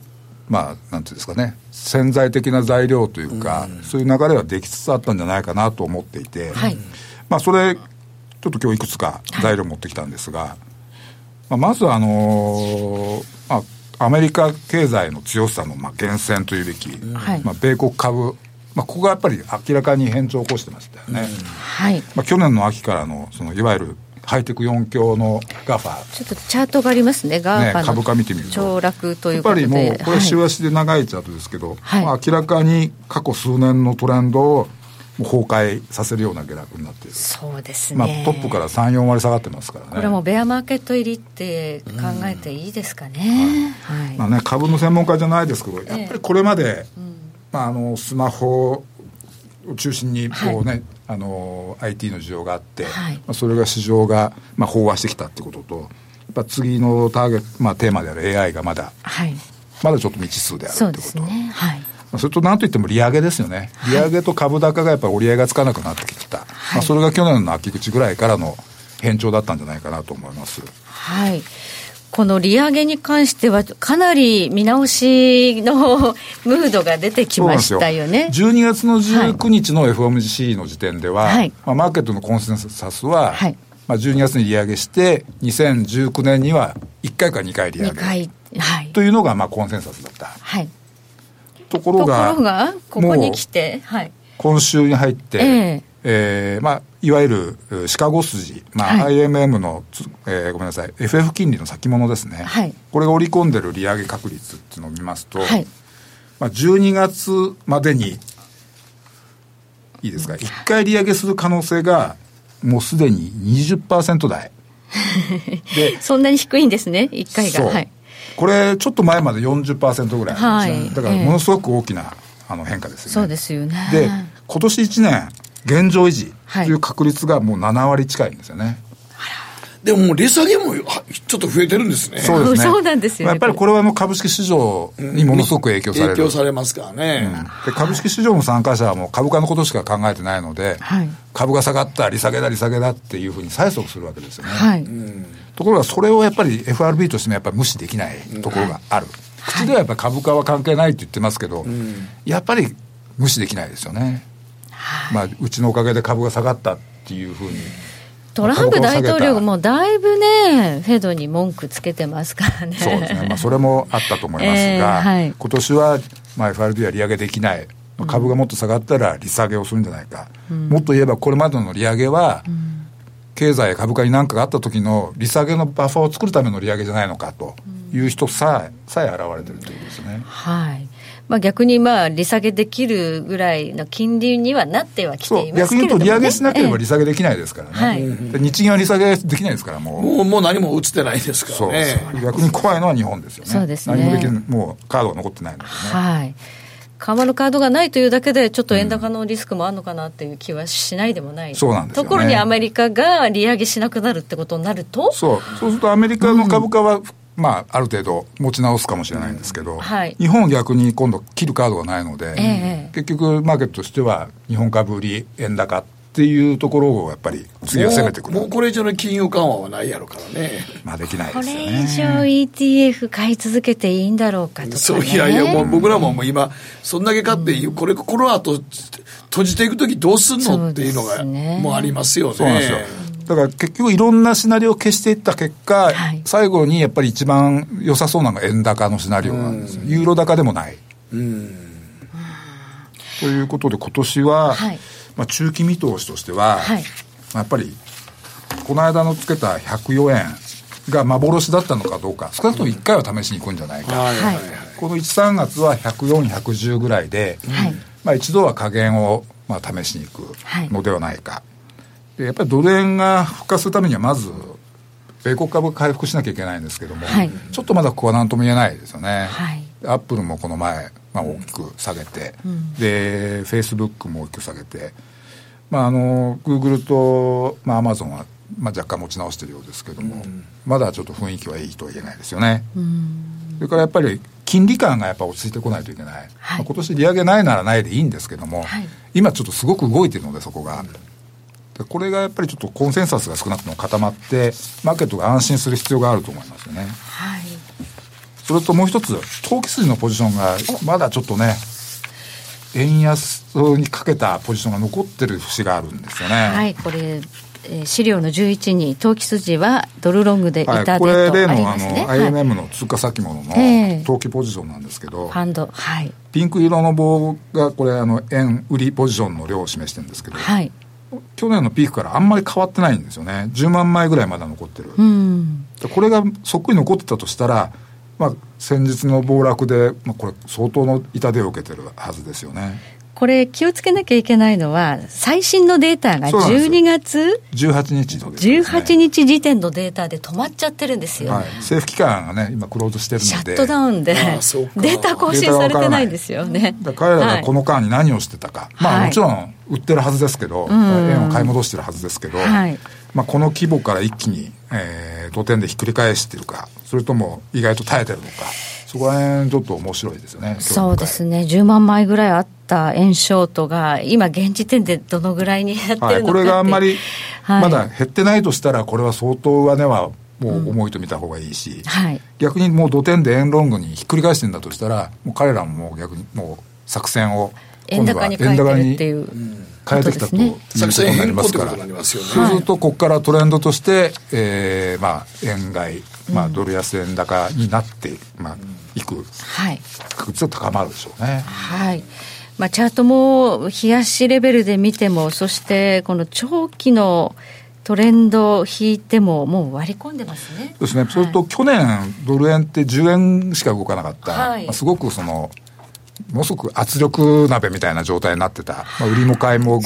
まあ、なんていうんですかね、潜在的な材料というか、そういう流れはできつつあったんじゃないかなと思っていて、
はい
まあ、それ、ちょっと今日いくつか材料持ってきたんですが。まあ、まず、あのーまあ、アメリカ経済の強さのまあ源泉というべき、
はい
まあ、米国株、まあ、ここがやっぱり明らかに変調を起こしてましたよね、
はい
まあ、去年の秋からのそのいわゆるハイテク4強のガファ
ちょっとチャートがありますねガーファの、
ね株価見てみると
凋落とい
や
う
っ
こと
ぱ
で
りもうこれ週
はい
足で長いチャートですけど、
はい
まあ、明らかに過去数年のトレンドをもう崩壊させるような下落になっている、
そうですね、
まあ、トップから34割下がってますからね
これはもうベアマーケット入りって考えていいですかね、はい
まあね、株の専門家じゃないですけど、やっぱりこれまで、まあ、あのスマホを中心にこう、ねあの IT の需要があって、
はい
まあ、それが市場が、まあ、飽和してきたってことと、やっぱ次のターゲット、まあ、テーマである AI がまだ、
はい
まだちょっと未知数であるって
そう
こと。
ですねはい
まあそれと何といっても利上げですよね、利上げと株高がやっぱり折り合いがつかなくなってきた、まあ、それが去年の秋口ぐらいからの変調だったんじゃないかなと思います。
はい。この利上げに関しては、かなり見直しのムードが出てきましたよね。
そうなんですよ12月の19日の FOMC の時点では、
はい
まあ、マーケットのコンセンサスは、
はい
まあ、12月に利上げして、2019年には1回か2回利上
2
げ
回。はい。
というのがまあコンセンサスだった。
はい。
とことろ
こ
が、
ろが、ここ
も
に
う
来て、はい。
今週に入って、
ええ
えーまあ、いわゆるえーシカゴ筋、まあ
はい
IMM のつ、えーごめんなさい、FF 金利の先物ですね、
はい
これが織り込んでる利上げ確率っていうのを見ますと、
はい
まあ、12月までに、いいですか、1回利上げする可能性が、もうすでに20%台。で
そんなに低いんですね、1回
そ
が。
う
はい。
これ、ちょっと前まで40%ぐらいあるんですね
はい
だから、ものすごく大きなあの変化ですよね。
そうですよね。
で、今年1年、現状維持
はい
という確率がもう7割近いんですよね。
でももう利下げもはちょっと増えてるんですね。
うですね
そうなんですよね
まあやっぱりこれはもう株式市場にものすごく影響される。
影響されますからね。
で株式市場の参加者はもう株価のことしか考えてないので、
はい
株が下がった、利下げだ、利下げだっていうふうに催促するわけですよね。
はい。
ところがそれをやっぱり FRB としてもやっぱり無視できないところがある。口ではやっぱり株価は関係ないって言ってますけど、やっぱり無視できないですよね。まあ、うちのおかげで株が下がったっていうふうに。
トランプ大統領
まあ
もだいぶね、フェドに文句つけてますからね。
そうですね、まあ、それもあったと思いますが、
えーはい
今年は、まあ、FRB は利上げできない、まあ株がもっと下がったら利下げをするんじゃないか、もっと言えばこれまでの利上げは、経済や株価に何かがあった時の利下げのバッファーを作るための利上げじゃないのかという人さえ,、さえ現れてるということですね。
はい。まあ逆にまあ利下げできるぐらいの金利にはなってはき
そ
ていうますけ
逆に
れ
言う
ども、
と
ね。
利上げしなけれ
ええ
ば利下げできないですからね、
はい
で日銀は利下げできないですからもう
もうもう何も映ってないですか
そう
らね。
逆に怖いのは日本ですよね
そうですね
何もできるもうカードが残ってないのでね、
はい。緩和のカードがないというだけで、ちょっと円高のリスクもあるのかなっていう気はしないでもない、
そうなんですよね
ところにアメリカが利上げしなくなるってことになると、
そう、そうするとアメリカの株価は、まあ、ある程度持ち直すかもしれないんですけど、
はい
日本は逆に今度切るカードがないので、
ええ
結局マーケットとしては日本株売り円高っていうところをやっぱり次は攻めてくる
もうもうこれ以上の金融緩和はないやろからね。
まあできない
こ
ですよ
れ以
ね
上 ETF 買い続けていいんだろうかとか、ね、
そういやいや、もう僕らももう今、そんだけ買って、これ、この後、閉じていくときどうすんのっていうの
そう
が、
ですね
もうありますよね。
そうなんですよだから結局いろんなシナリオを消していった結果、
はい
最後にやっぱり一番良さそうなのが円高のシナリオなんですよ、ユーロ高でもない。ということで今年は、
はい
まあ、中期見通しとしては、
はい
まあやっぱりこの間のつけた104円が幻だったのかどうか少なくとも1回は試しに行くんじゃないか、
はいはい
は
はいい。
この13月は104110ぐらいで、
はい
まあ、一度は加減を、まあ、試しに行く
はい
のではないか、でやっぱりドル円が復活するためにはまず米国株が回復しなきゃいけないんですけども、
はい
ちょっとまだここは何とも言えないですよね、
はい
アップルもこの前、まあ、大きく下げて、でフェイスブックも大きく下げてまああのグーグルと、まあ、アマゾンは、まあ、若干持ち直してるようですけども、まだちょっと雰囲気はいいとは言えないですよね、それからやっぱり金利感がやっぱ落ち着いてこないといけない、
はい
まあ今年利上げないならないでいいんですけども、
はい
今ちょっとすごく動いてるのでそこが、でこれがやっぱりちょっとコンセンサスが少なくとも固まってマーケットが安心する必要があると思いますよね
はい
それともう一つ投機筋のポジションがまだちょっとね円安にかけたポジションが残ってる節があるんですよね、
はいこれ、えー資料の11に投機筋はドルロングでい
はい、
たで
これ
と
例
あり
のあ
ますね、
の
はい
IMM の通貨先物の
ええ
投機ポジションなんですけど、
ファンドはい
ピンク色の棒がこれあの円売りポジションの量を示してるんですけど、
はい
去年のピークからあんまり変わってないんですよね10万枚ぐらいまだ残ってる、
うん
でこれがそっくり残ってたとしたら、まあ、先日の暴落で、まあ、これ相当の痛手を受けてるはずですよね
これ気をつけなきゃいけないのは最新のデータが
そうなんです
12
よ
月
18日のですね
18日時点のデータで止まっちゃってるんですよ、
はい、政府機関がね今クローズしてるので
シャットダウンでデ
ああそうか
ータ更新されてないんですよね
だから彼らがこ
の、
の間に何をしてたか、ま
は
あ
い
もちろん売ってるはずですけど、
ん
円を買い戻してるはずですけど、
はい
まあ、この規模から一気に、えー、土点でひっくり返してるかそれとも意外と耐えてるのかそこら辺ちょっと面白いですよね
そうですね
ね
10万枚ぐらいあった円ショートが今現時点でどのぐらいにやってるのかっ
は
て、
い、これがあんまり
はい
まだ減ってないとしたらこれは相当上値はもう重いと見た方がいいし、
はい
逆にもう土点で円ロングにひっくり返してんだとしたらもう彼らももう逆にもう作戦を
円高に変えてるっていう
変えてきたということ
作
に
戦
なり
変
ま
更っ
す
て
か
こ
ら
とになりますよね。
そうするとここからトレンドとして、えーまあ、円買い、まあ、ドル安円高になって、まあ、いく
はい
確率は高まるでしょうね。
はいまあ、チャートも冷やしレベルで見てもそしてこの長期のトレンドを引いてももう割り込んでますね
そうですね、それと去年ドル円って10円しか動かなかった、
はい
まあすごくそのものすごく圧力鍋みたいな状態になってた、まあ、売りも買いもぐ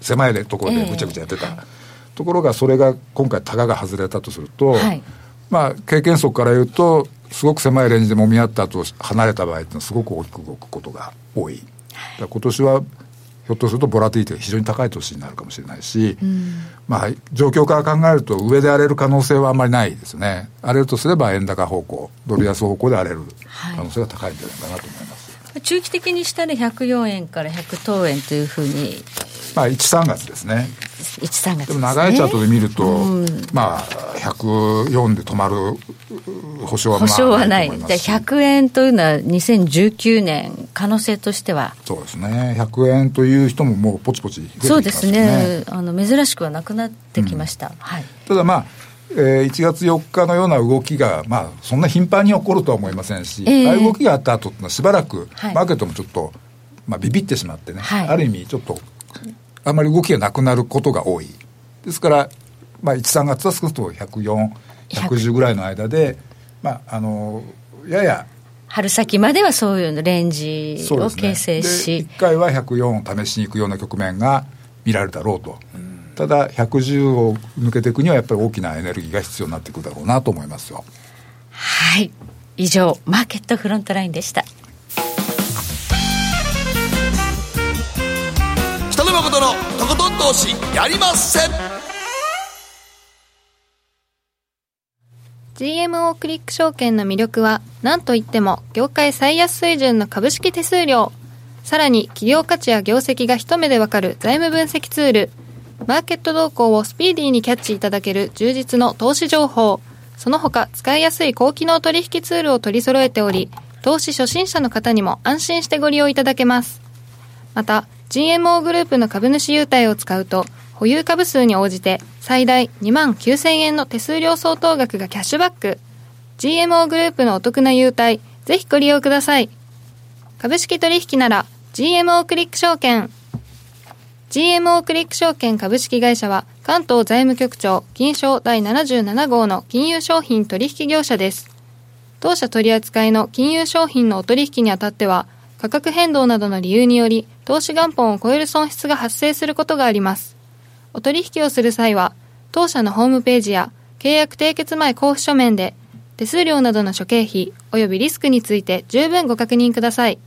狭いところでぐちゃぐちゃやってた、ところがそれが今回タガが外れたとすると、
はい
まあ経験則から言うとすごく狭いレンジで揉み合った後離れた場合っていうのはすごく大きく動くことが多い。だから今年はひょっとするとボラティリティが非常に高い年になるかもしれないし、まあ、状況から考えると上で荒れる可能性はあんまりないですね荒れるとすれば円高方向ドル安方向で荒れる可能性が高いんじゃないかなと思います、
中期的にしたら104円から100等円というふうに
まあ13月ですね
13月
で
で
も
すね
長いチャートで見ると、まあ104で止まるう保証はま
保
あ
証はない
と思
じゃ
ますし
あ100円というのは2019年可能性としては
そうですね100円という人ももうポチポチ増えてきま
そうですねあの珍しくはなくなってきました、はい
ただまあ、えー1月4日のような動きが、まあ、そんな頻繁に起こるとは思いませんし、
ええ
ああいう動きがあった後ってのはしばらく、
はい
マーケットもちょっと、まあ、ビビってしまってね、
はい
ある意味ちょっとあまり動きがなくなることが多いですから、まあ、13月は少なくとも104110ぐらいの間で、まあ、あのやや
春先まではそういうレンジ
そう
を
ですね
形成し、
で1回は104を試しに行くような局面が見られるだろうと、ただ110を抜けていくにはやっぱり大きなエネルギーが必要になってくるだろうなと思いますよ
はい以上マーケットフロントラインでした
北野誠のとことん投資やりません
GMO クリック証券の魅力は何といっても業界最安水準の株式手数料さらに企業価値や業績が一目でわかる財務分析ツールマーケット動向をスピーディーにキャッチいただける充実の投資情報その他使いやすい高機能取引ツールを取り揃えており投資初心者の方にも安心してご利用いただけますまた GMO グループの株主優待を使うと保有株数に応じて最大2万9000円の手数料相当額がキャッシュバック GMO グループのお得な優待ぜひご利用ください株式取引なら GMO クリック証券 GMO クリック証券株式会社は関東財務局長金賞第77号の金融商品取引業者です当社取扱いの金融商品のお取引にあたっては価格変動などの理由により投資元本を超える損失が発生することがありますお取引をする際は当社のホームページや契約締結前交付書面で手数料などの諸経費及びリスクについて十分ご確認ください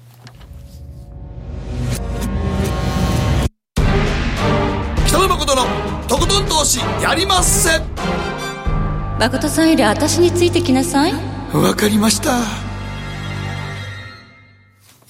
北野誠のとことん投資やりません
誠さんより私についてきなさい
わかりました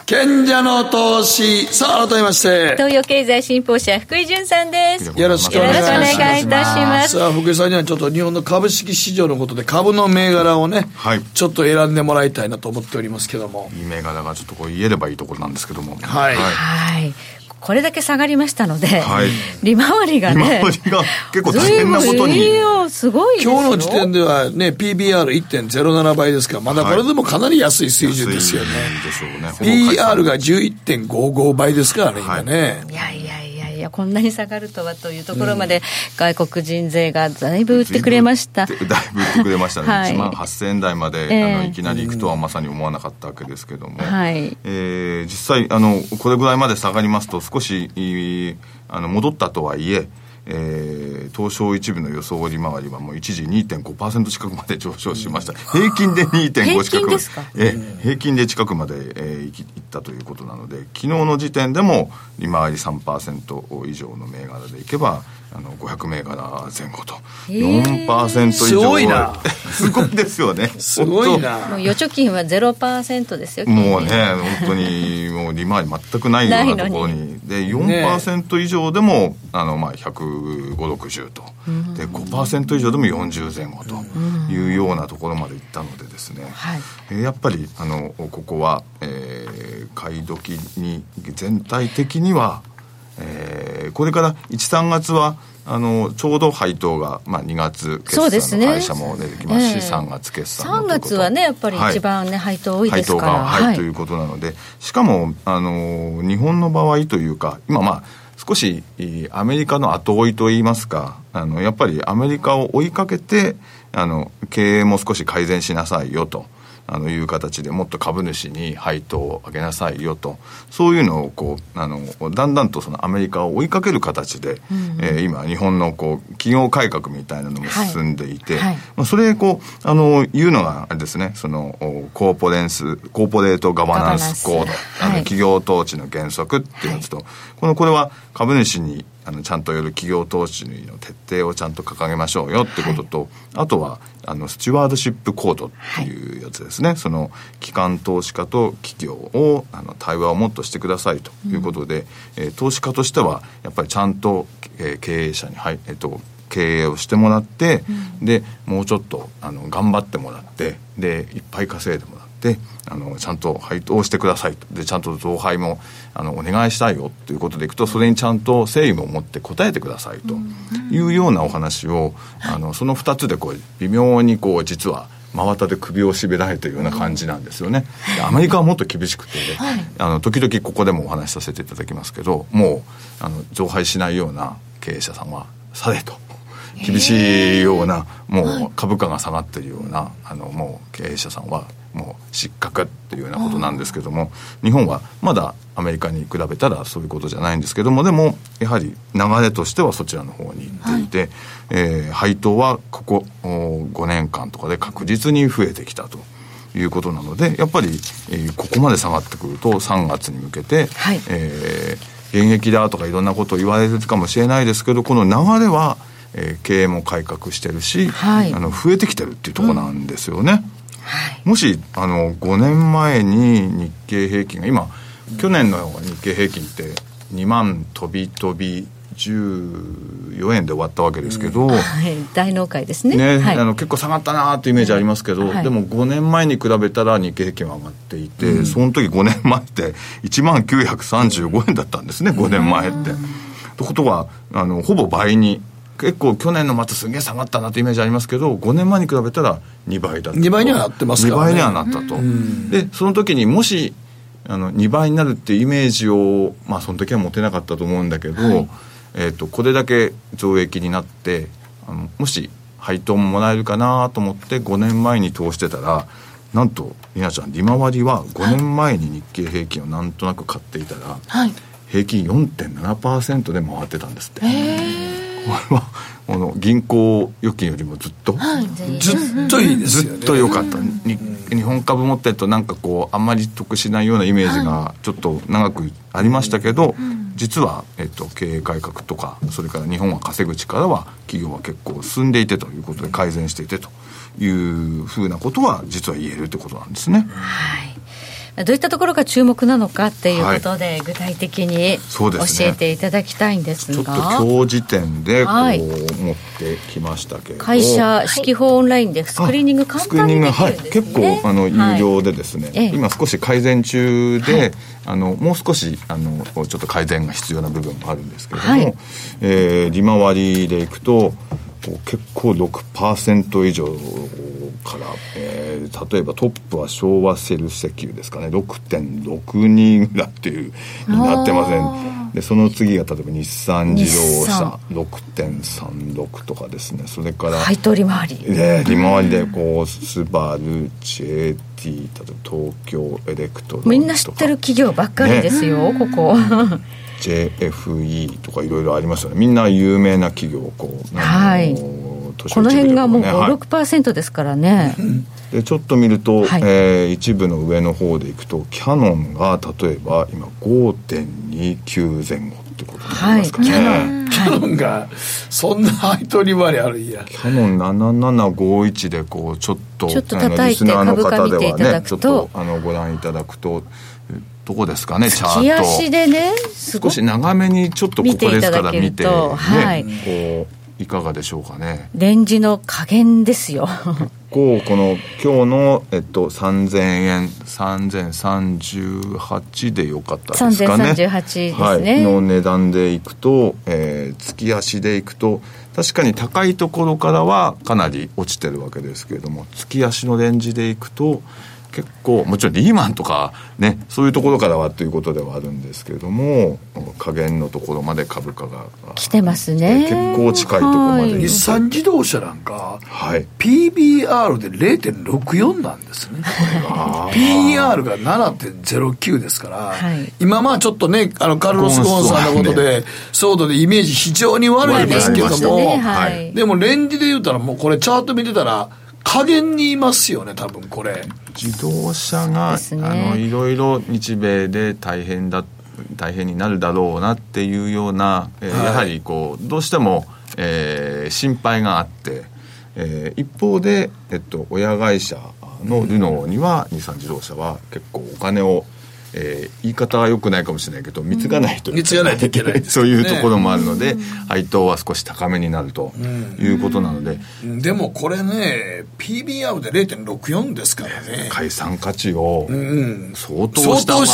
賢者の投資さあ改めまして
東洋経済新報社福井潤さんですよ
よろしくお
ろ
願い
し
し
くお
ま
願
す
いいたします
さあ福井さんにはちょっと日本の株式市場のことで株の銘柄をね、
はい
ちょっと選んでもらいたいなと思っておりますけども
いい銘柄がちょっとこう言えればいいところなんですけども
はい
はいこれだけ下がりましたので、
はい
利回りが
今
ね
までが結構大変なこと
随分
に
いいよすごいですよ
今日の時点ではね、PBR1.07 倍ですから、まだこれでもかなり安い水準ですよね。
安いんでしょうね
PR が11.55倍ですからね、今ね。
いやいやいやいやこんなに下がるとはというところまで、外国人勢がだいぶ売ってくれました
だいぶ売ってくれましたね、
はい
1万8000円台まで、
ええ
あのいきなり行くとはまさに思わなかったわけですけども、
はい
えー実際あのこれぐらいまで下がりますと少しいいあの戻ったとはいええー東証一部の予想利回りはもう一時2.5%近くまで上昇しました、平均で2.5近
平均
く
ですか
えー平均で近くまで、えーいきいったということなので昨日の時点でも利回り3%以上の銘柄でいけばあの500銘柄前後と4%以上
すごいな
すごいですよね
すごいな。
もう預貯金は0%ですよ
もうね、本当にもう利回り全くないようなところに、で4%以上でも、あのまあ150、60と、で5%以上でも40前後というようなところまでいったのでですね、
はい
えーやっぱりあのここは、えー買い時に全体的には、えーこれから13月はあのちょうど配当が、まあ、2月
そうで
決
す
算
ね
の会社も出てきますし
ええ
3月決算も
3
ということ
月はねやっぱり
はい
一番ね、配当多いで
配
す
当
か
が、
ら
はいということなのでしかも、あのー日本の場合というか今まあ少しえーアメリカの後追いといいますかあのやっぱりアメリカを追いかけてあの経営も少し改善しなさいよと。あのいう形でもっと株主に配当を上げなさいよとそういうのをこうあのだんだんとそのアメリカを追いかける形で、えー今日本のこう企業改革みたいなのも進んでいて、
はいはい
まあ、それこうあの言うのがあれですねそのおコーポレンスコーポレートガバナンスコ
ガ
ー
バ
ド
ナンス
あの
はい
企業統治の原則っていうやつと、このこれは株主にあのちゃんとよる企業統治の徹底をちゃんと掲げましょうよってことと、あとはあのスチュワードシップコードっていうやつですね、その機関投資家と企業をあの対話をもっとしてくださいということで、えー投資家としてはやっぱりちゃんと、えー経営者に、はいえっと経営をしてもらって、でもうちょっとあの頑張ってもらってでいっぱい稼いでもらってあのちゃんと配当をしてくださいとでちゃんと増配もあのお願いしたいよということでいくとそれにちゃんと誠意も持って応えてくださいというようなお話を、あのその2つでこう微妙にこう実は。真綿で首を絞められてるような感じなんですよね。でアメリカはもっと厳しくて、あの時々ここでもお話しさせていただきますけど、もうあの増配しないような経営者さんはされと厳しいようなもう株価が下がってるようなあのもう経営者さんはもう失格っていうようなことなんですけども日本はまだアメリカに比べたらそういうことじゃないんですけどもでもやはり流れとしてはそちらの方に行っていて、えー配当はここお5年間とかで確実に増えてきたと。いうことなのでやっぱり、えーここまで下がってくると3月に向けて、
はい
えー現役だとかいろんなことを言われるかもしれないですけどこの流れは、えー経営も改革してるし、
はい
あの増えてきてるっていうところなんですよね。もしあの5年前に日経平均が今去年の日経平均って2万飛び飛び14円で終わったわけですけど、
はい大納会ですね
ね
はい
あの結構下がったなーってイメージありますけど、
はい
でも5年前に比べたら日経平均は上がっていて、その時5年前って1万935円だったんですね、5年前って。ということはあのほぼ倍に結構去年の末すげえ下がったなってイメージありますけど5年前に比べたら2倍だった
2倍にはなってますからね
2倍にはなったと、でその時にもしあの2倍になるってイメージをまあその時は持てなかったと思うんだけど、えー、とこれだけ増益になってあのもし配当ももらえるかなと思って5年前に投してたらなんとりなちゃん利回りは5年前に日経平均をなんとなく買っていたら、
はい。
平均4.7%で回ってたんですって。これはあの銀行預金よりもずっと、
ずっといいですよ
ずっ
ね。
と良かった、に日本株持ってるとなんかこうあんまり得しないようなイメージがちょっと長くありましたけど、実は、えっと、経営改革とかそれから日本は稼ぐ力は企業は結構進んでいてということで改善していてというふうなことは実は言えるってことなんですね。
どういったところが注目なのかっていうことで、具体的に
そ
教
うですね
えていただきたいんです
ちょっと
が。
今日時点でこう
はい
持ってきましたけれど
会社式法オンラインでスクリーニング簡単にできるんですね。
スクリーニングはい、結構あの有料でですね、
ええ
今少し改善中で、あのもう少しあのちょっと改善が必要な部分もあるんですけれども、
はい
えー利回りでいくとこう結構6%以上から、えー例えばトップは昭和セル石油ですかね6.62ぐらいっていうになってませんでその次が例えば日産自動車6.36とかですねそれから、
配当利回り。
ね、利回りでこうスバル JT 例えば東京エレクトロンとか
みんな知ってる企業ばっかりですよ、ここ。
JFE とかいろいろありますよねみんな有名な企業こう、
はい
あの図 書
この辺がもう
一部とかねは
5、
い
6%ですからね。
でちょっと見ると、
はい
えー一部の上の方でいくとキャノンが例えば今5.29前後ってことになりますかね、
キャノンがそんな配当利回りあるいや
キャノン7751でこうちょっと
ちょっと
あの
叩いて
リスナーの方で
株価見てい
は
ただ
ね
く
ちょ
と
っとあのご覧いただくとえどこですかねチャ
日足
ート
でね、すご
少
く
し長めにちょっとここですから見
見て
て
いただけるとはい
ね、こういかがでしょうかね
レンジの加減ですよ。
こうこの今日の、えっと、3000円3038でよかったですかね
3038ですね
はい、の値段でいくと、えー月足でいくと確かに高いところからはかなり落ちてるわけですけれども月足のレンジでいくと結構もちろんリーマンとかねそういうところからはということではあるんですけれども加減のところまで株価が
来てますね。
結構近いとこまで
はい
日産自動車なんか
はい
PBR で0.64なんですね PER が7.09ですから、
はい
今まあちょっとねあのカルロス・ゴーンさんのこと
ゴー
でソードでイメージ非常に悪いですけど
悪いです
も、
ね
は。
はい
でもレンジで言うたらもうこれチャート見てたら加減にいますよね多分これ
自動車が、
そうですね
あのいろいろ日米で大変だ大変になるだろうなっていうような、えーやはりこうどうしても、えー心配があって、えー一方で、えっと、親会社のルノーには日産自動車は結構お金を、えー言い方は良くないかもしれないけど貢がないといけない
貢がないといけないです
そ
よ
う
ね
いう ところもあるので配当は少し高めになるということなので。
でもこれね PBR で0.64ですからね
解散価値を相当
相
下
当
回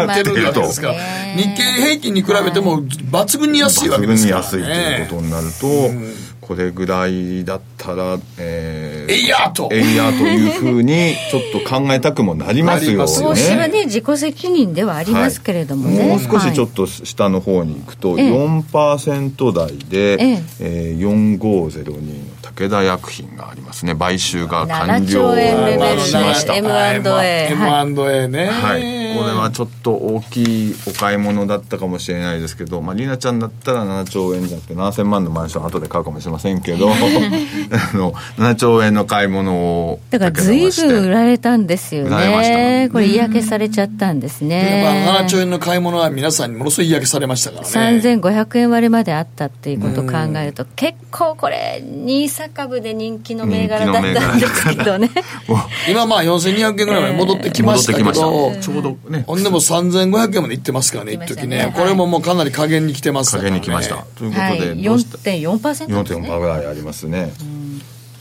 下回ってるじゃないですか日経平均に比べても抜群に安いわけですから、ね、
抜群に安いということになると、これぐらいだったら、えー
えいやーと
えいやーというふうにちょっと考えたくもなりますよ
なりますよ
投資は
ね。
ね、自己責任ではありますけれどもね。
もう少しちょ
と
っと下の方に行くと、
ええ
4%台で、
ええ
えー4502の武田薬品がありますね買収が完
7兆
了
円レベル
しました
で M&A は
M&A ね、
はい、これはちょっと大きいお買い物だったかもしれないですけど、まあ、りなちゃんだったら7兆円じゃなくて7000万のマンション後で買うかもしれませんけど あの7兆円の買い物を
だから
武田
随
はして
分売られたんですよ
売られました
ね
ね。
これ嫌気されちゃったんですね。
まあ、7兆円の買い物は皆さんにものすごい嫌気されましたからね
3500円割れまであったっていうことを考えると、結構これ、ニーサ株で人気の銘柄だったんですけどね、
今まあ4200円ぐらいまで戻ってきま
戻
し
って
たけ
きました
ど、
ちょうどね
ほんでも3500円まで行ってますからね
行っ
一
てました
時
ね
ね
はい
これももうかなり加減に来てます
陰に来ました、
からね
ということ
はい、
で、どうした
4.4%ですね
4.5ぐらいありますね、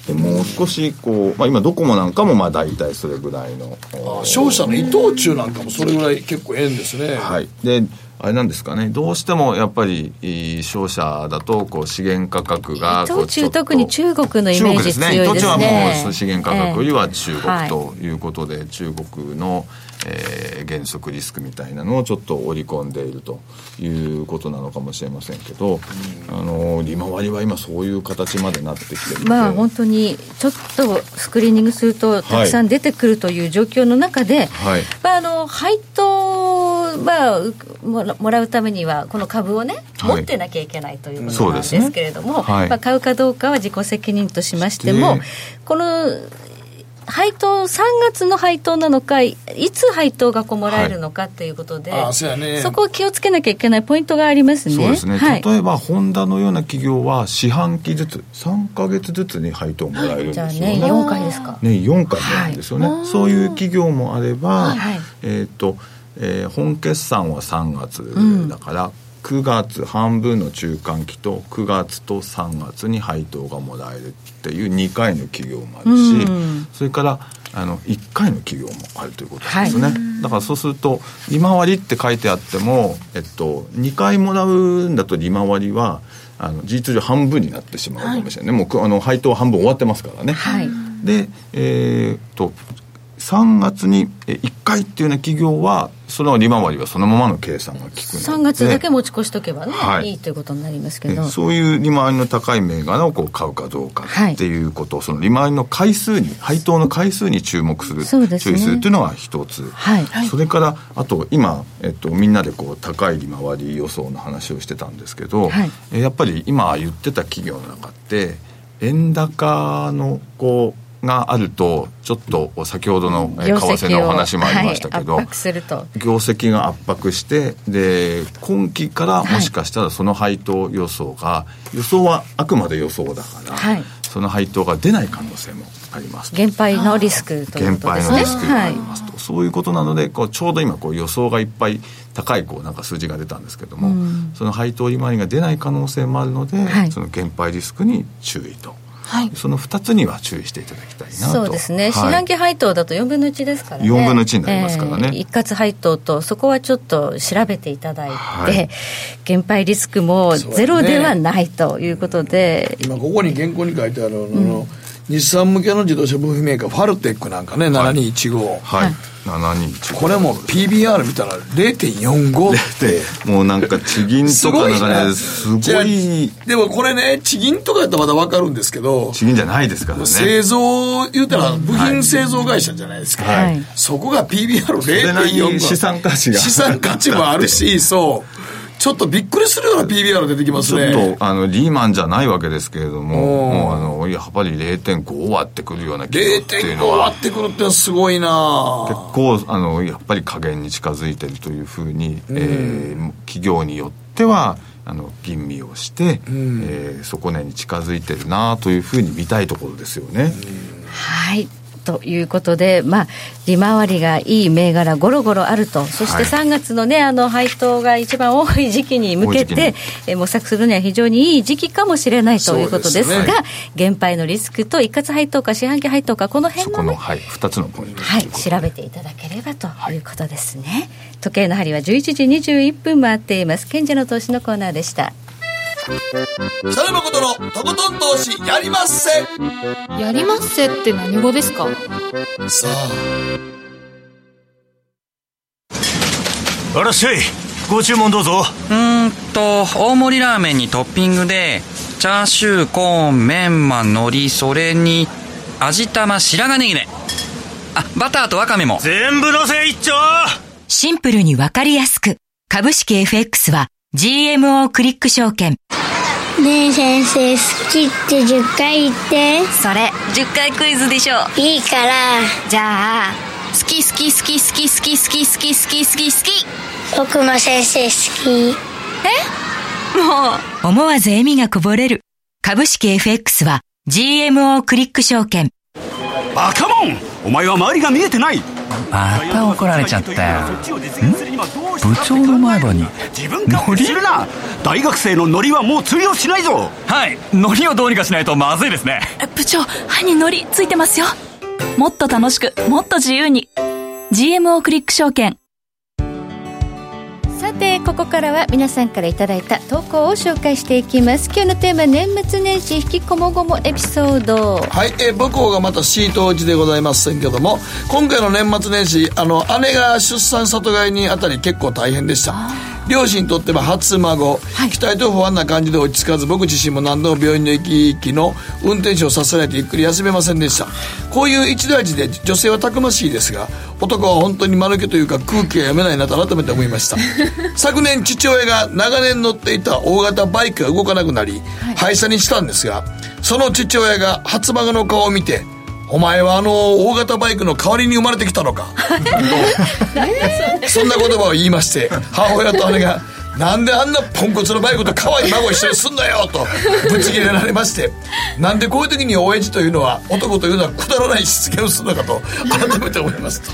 でもう少しこう、まあ、今ドコモなんかもまあ大体それぐらいの
あ商社の伊藤忠なんかもそれぐらい結構円ですね、
はい、であれなんですかねどうしてもやっぱりえー商社だとこう資源価格がこう
途
ち
中
ょっと
特に中国のイメージ強いですね
中国ですね伊藤忠はもう資源価格よりは中
は
国
い
ということで、中国の、えー原則リスクみたいなのをちょっと織り込んでいるということなのかもしれませんけど、あの利回りは今そういう形までなってきてるので、
まあ本当にちょっとスクリーニングするとたくさん出てくるという状況の中で、
はい
まあ、あの配当はうもらもらうためにはこの株をね、
はい
持ってなきゃいけないということ
そう
なん
で
です
ね
すけれども、
はい
まあ、買うかどうかは自己責任としましても
して
この配当、3月の配当なのか、いつ配当がこうもらえるのかということで、
はいあそうやね
そこを気をつけなきゃいけないポイントがありますね。
そうですね、
はい、
例えばホンダのような企業は四半期ずつ3か月ずつに配当をもらえるんです
じゃあ
よね、
ね、4回ですか。
ね、4回目なんですよね、
はい
そういう企業もあれば、
はい
えっ、と、えー本決算は3月だから、9月半分の中間期と9月と3月に配当がもらえるっていう2回の企業もあるし、
うん
それからあの1回の企業もあるということなんですね、だからそうすると利回りって書いてあっても、えっと、2回もらうんだと利回りはあの事実上半分になってしまうかもしれない、もうくあの配当は半分終わってますからね、
はい。
で、えーっと3月に1回っていうような企業はその利回りはそのままの計算が効くので
3月だけ持ち越しとけばね、
はい
い、いということになりますけ
え
ど。
そういう利回りの高い銘柄をこう買うかどうか
はい
っていうことを、その利回りの回数に配当の回数に注目する
そうですね
注意するというのが一つ、
はいはい
それからあと今、えっと、みんなでこう高い利回り予想の話をしてたんですけど、
はい
えやっぱり今言ってた企業の中って円高のこうがあるとちょっと先ほどのえ為
業績を
替のお話もありましたけど、
はい、圧迫すると。
業績が圧迫してで今期からもしかしたらその配当予想が、予想はあくまで予想だから、
はい
その配当が出ない可能性もありますと
減配のリスクという
減
ことで
配
す
の
ね。
リスクがありますと、そういうことなのでこうちょうど今こう予想がいっぱい高いこうなんか数字が出たんですけども、その配当利回りが出ない可能性もあるので、
はい
その減配リスクに注意と、
はい
その2つには注意していただきたいなと
そうですね、四
はい
半期配当だと4分の1ですからね、
4分の1になりますからね
えー一括配当と、そこはちょっと調べていただいて、
はい
減配リスクもゼロではないということで、
今ここに原稿に書いてあるあの、日産向けの自動車部品メーカーファルテックなんかね7215、
はい、721
これも PBR 見たら0.45って
もうなんか地銀とかなんかねすご
じゃあ
い
でもこれね地銀とかやったらまだ分かるんですけど
地銀じゃないですからね
製造言うたら部品製造会社じゃないですか、
はい
そこが PBR0.45
れなりに資産価値が
資産価値もあるしそうちょっとびっくりするような PBR 出てきます
ちょ
ね
っとあのリーマンじゃないわけですけれども
おー
もうあのやっぱり0.5割ってくるような企業っていう
0.5
のは
割ってくるってのはすごいな
結構あのやっぱり加減に近づいてるというふうに、えー企業によってはあの吟味をして、えー底値に近づいてるなというふうに見たいところですよね。
はいということで、まあ、利回りがいい銘柄、ゴロゴロあると、そし
は
て
い
3月の,、ねあの配当が一番多い時期に向け
多い
て
時、
えー模索するには非常にいい時期かもしれないということです
そう
が、
です
減配のリスクと一括配当か四半期配当か、この
そ
辺
こ
も、
の、
ね、
はい、2つのポイント
はい、調べていただければということですね、時計の針は11時21分回っています賢者の投資のコーナーでした
北野誠のとことん投資やりまっせ
やりまっせって何語ですか
さあ
あらっしゃいご注文どうぞ
うーんと大盛りラーメンにトッピングでチャーシューコーンメンマ海苔それに味玉白髪ネギねあバターとワカメも
全部のせ一丁
シンプルにわかりやすく。株式 FX は GMO クリック証券。
ねえ先生、好きって10回言って。
それ、10回クイズでしょう。
いいから、
じゃあ、好き好き好き好き好き好き好き好き好き好き。
僕も先生好き。
思わず笑みがこぼれる。株式 FX は GMO クリック証券。
バカモンお前は周りが見えてない
また怒られちゃったよ部長の前歯に
自分勝手にするな大学生のノリはもう通用しないぞ
はい海苔をどうにかしないとまずいですね
部長、歯にのりついてますよ。もっと楽しく、もっと自由に。GMO クリック証券。
さてここからは皆さんからいただいた投稿を紹介していきます今日のテーマ年末年始引きこもごもエピソード
はい、えー母校がまたシート落ちでございませんけども今回の年末年始あの姉が出産里帰りにあたり結構大変でした両親にとっては初孫、期待と不安な感じで落ち着かず僕自身も何度も病院の行き来の運転手をさせられてゆっくり休めませんでしたこういう一大事で女性はたくましいですが男は本当に間抜けというか空気が読めないなと改めて思いました昨年父親が長年乗っていた大型バイクが動かなくなり廃車にしたんですがその父親が初孫の顔を見てお前はあの大型バイクの代わりに生まれてきたのかそんな言葉を言いまして母親と姉が「なんであんなポンコツのバイクと可愛い孫一緒にすんだよ」とぶち切れられましてなんでこういう時に親父というのは男というのはくだらないしつけをするのかと改めて思いますと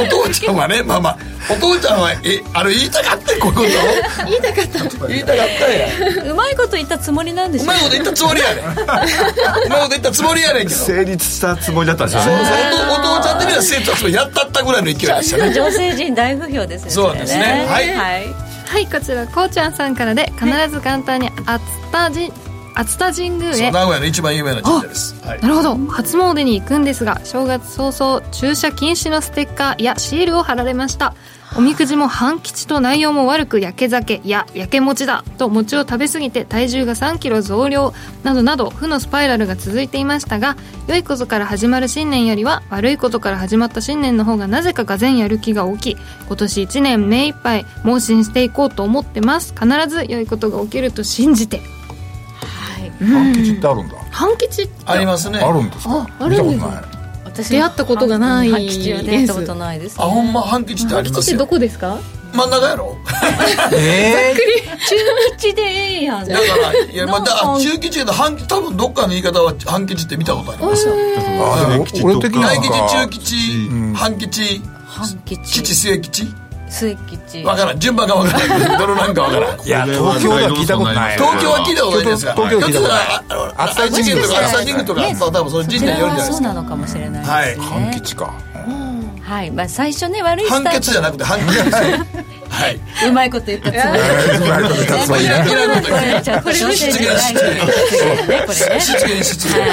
お父ちゃんはねまあまあお父ちゃんはえあれ言いたかったこういうことを
言いたかった
言いたかったんや
うまいこと言ったつもりなんでしょ
うまいこと言ったつもりやねんうまいこと言ったつもりやねんけど
成立したつもりだったんですよ
そうそう
ね
お父お父ちゃん的には成長するやったったぐらいの勢いでしたね
女性陣大不評ですね
そうですねはい
はい、
はいこちらこうちゃんさんからで必ず簡単に熱田神熱田神宮
そう
へ
名古屋の一番有名な神社です、はい、
なるほど初詣に行くんですが正月早々駐車禁止のステッカーやシールを貼られましたおみくじも半吉と内容も悪く焼け酒や焼け餅だと餅を食べ過ぎて体重が3キロ増量などなど負のスパイラルが続いていましたが良いことから始まる新年よりは悪いことから始まった新年の方がなぜかがぜんやる気が起き今年1年目いっぱい盲信していこうと思ってます必ず良いことが起きると信じて
半吉ってあるんだ
半吉って
ありますね
あるんですか
あ
見
る
た
んです
ことない
私
出会ったことがない
はい吉は出会ったことないです
あほんま半吉ってあり
吉
ま
っ
す
て
よ
どこですか
真ん中やろ
え
中吉でええやん
だからいや、まあ、だから中吉やけど半吉多分どっかの言い方は半吉って見たことありますよ
あでも俺的には
大
なん
吉
か
中吉、半吉
半吉
吉末吉
末吉
わからん順番がわからんどのなんかわからん
いや東京では聞いたことない
東京は聞いたことないですが
東京東京では聞いた
あの
熱田神宮
とか熱田神宮とか
ね
まあ多分その神
そ
社
れ
によるんじゃない
は
で
そ
す
う
か
なのかもしれないですね、
半吉か
はい、まあ、最初ね悪いス
判
ター
決じゃなくて判決ですよはいう
まいこと言ったつもり
そういや嫌いなこと言う
じゃあこれ
失
は失礼
言
ない
失言
ねこれね
失言失言は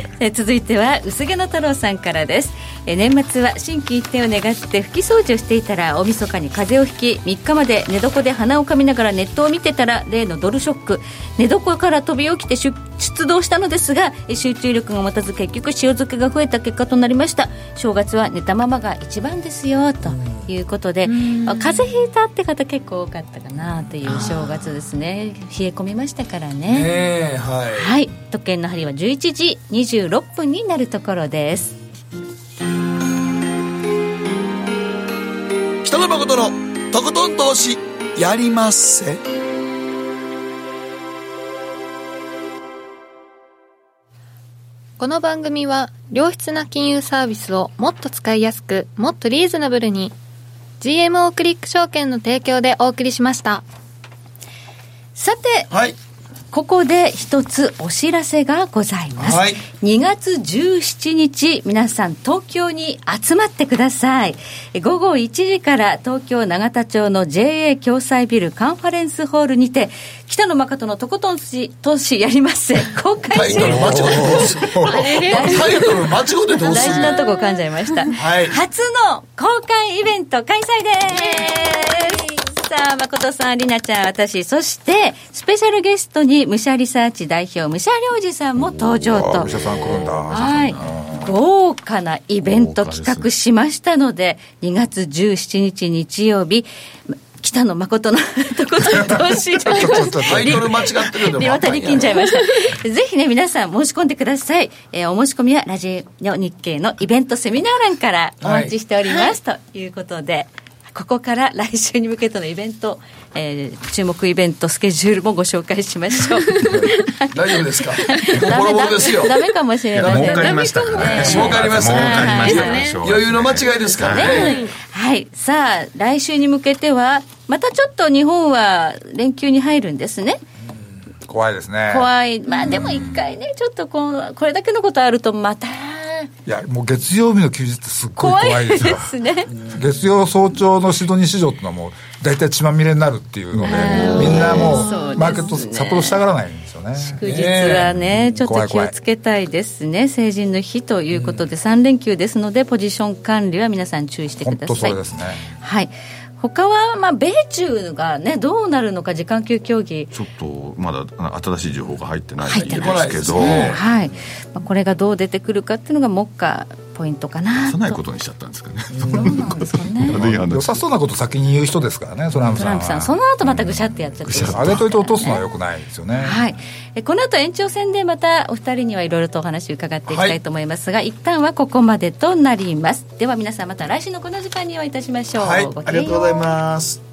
い
えー続いては薄毛の太郎さんからですえー年末は心機一転を願って拭き掃除をしていたら大晦日に風邪をひき3日まで寝床で鼻をかみながらネットを見てたら例のドルショック寝床から飛び起きて出出動したのですがえー集中力が持たず結局塩漬けが増えた結果となりました正月は寝たままが一番ですよということであ風邪ひいたって方結構多かったかなという正月ですね冷え込みましたからね
ねえはい
はい、時計の針は11時26分になるところです。
北野誠のとことん投資やりまっせ
この番組は良質な金融サービスをもっと使いやすくもっとリーズナブルに GMO クリック証券の提供でお送りしました
さて、
はい
ここで一つお知らせがございます。
はい
2月17日、皆さん東京に集まってください。え午後1時から東京永田町の JA 共済ビルカンファレンスホールにて、北野誠のとことんし、投資やります公
タ
開
イ
収
トル
録
間違えてどうするタイトル間違えてどうす
大事
る
なとこ噛んじゃいました、
はい
初の公開イベント開催ですさあ誠さんりなちゃん私そしてスペシャルゲストに武者リサーチ代表武者良二さんも登場
あ
と
武者さん来るんだ
はい豪華なイベント企画しましたので2月17日日曜日北野誠の とことん投資
ちょちょちょちょ
タイトル間違ってるので
で
も
また力んじゃいました。ぜひね、皆さん申し込んでください。えーお申し込みは、ラジオ日経のイベントセミナー欄からお待ちしております。ということで、ここから来週に向けてのイベント、えー注目イベント、スケジュールもご紹介しましょう。
大丈夫ですか
ダ
ボ
メ
ロボ
だ
ロですよ
ダメかもしれません。
儲かりましたからね
儲かりました
儲かりました
はい
正月
余裕の間違いですからね
ねはい、さあ来週に向けてはまたちょっと日本は連休に入るんですね
怖いですね
怖いまあでも一回ねちょっとこうこれだけのことあるとまた
いやもう月曜日の休日ってすっごい
怖
怖
い
いで
です
よ
すね
月曜早朝のシドニー市場ってのはもう大体血まみれになるっていうのでみんなも
そうです
う
ね
マーケット札幌したがらないんですよね
祝日はね、ちょっと
怖い
気
怖
を
い
つけたいですね、成人の日ということで、3連休ですので、ポジション管理は皆さん注意してく
本
だ
当
さ
そ
い。
うですね
はい他は、まあ、米中がね、どうなるのか、時間給協議、
ちょっとまだあの新しい情報が入ってない
入ってない
ですけど
はいまあ、これがどう出てくるかっていうのが目下ポポイントかな
出さないことにしちゃったんですかね。
どうなんですかね
良さそうなこと先に言う人ですからねトランプ
ト
さ
ラ
ん
ンプさん
は
その後またぐしゃってやっちゃって
上げといて落とすのはよくないですよね
はい、えこの後延長戦でまたお二人にはいろいろとお話伺っていきたいと思いますが、一旦はここまでとなりますでは皆さんまた来週のこの時間にお会いいたしましょう、
はい
ごき
あ
げんよ
りがとうございます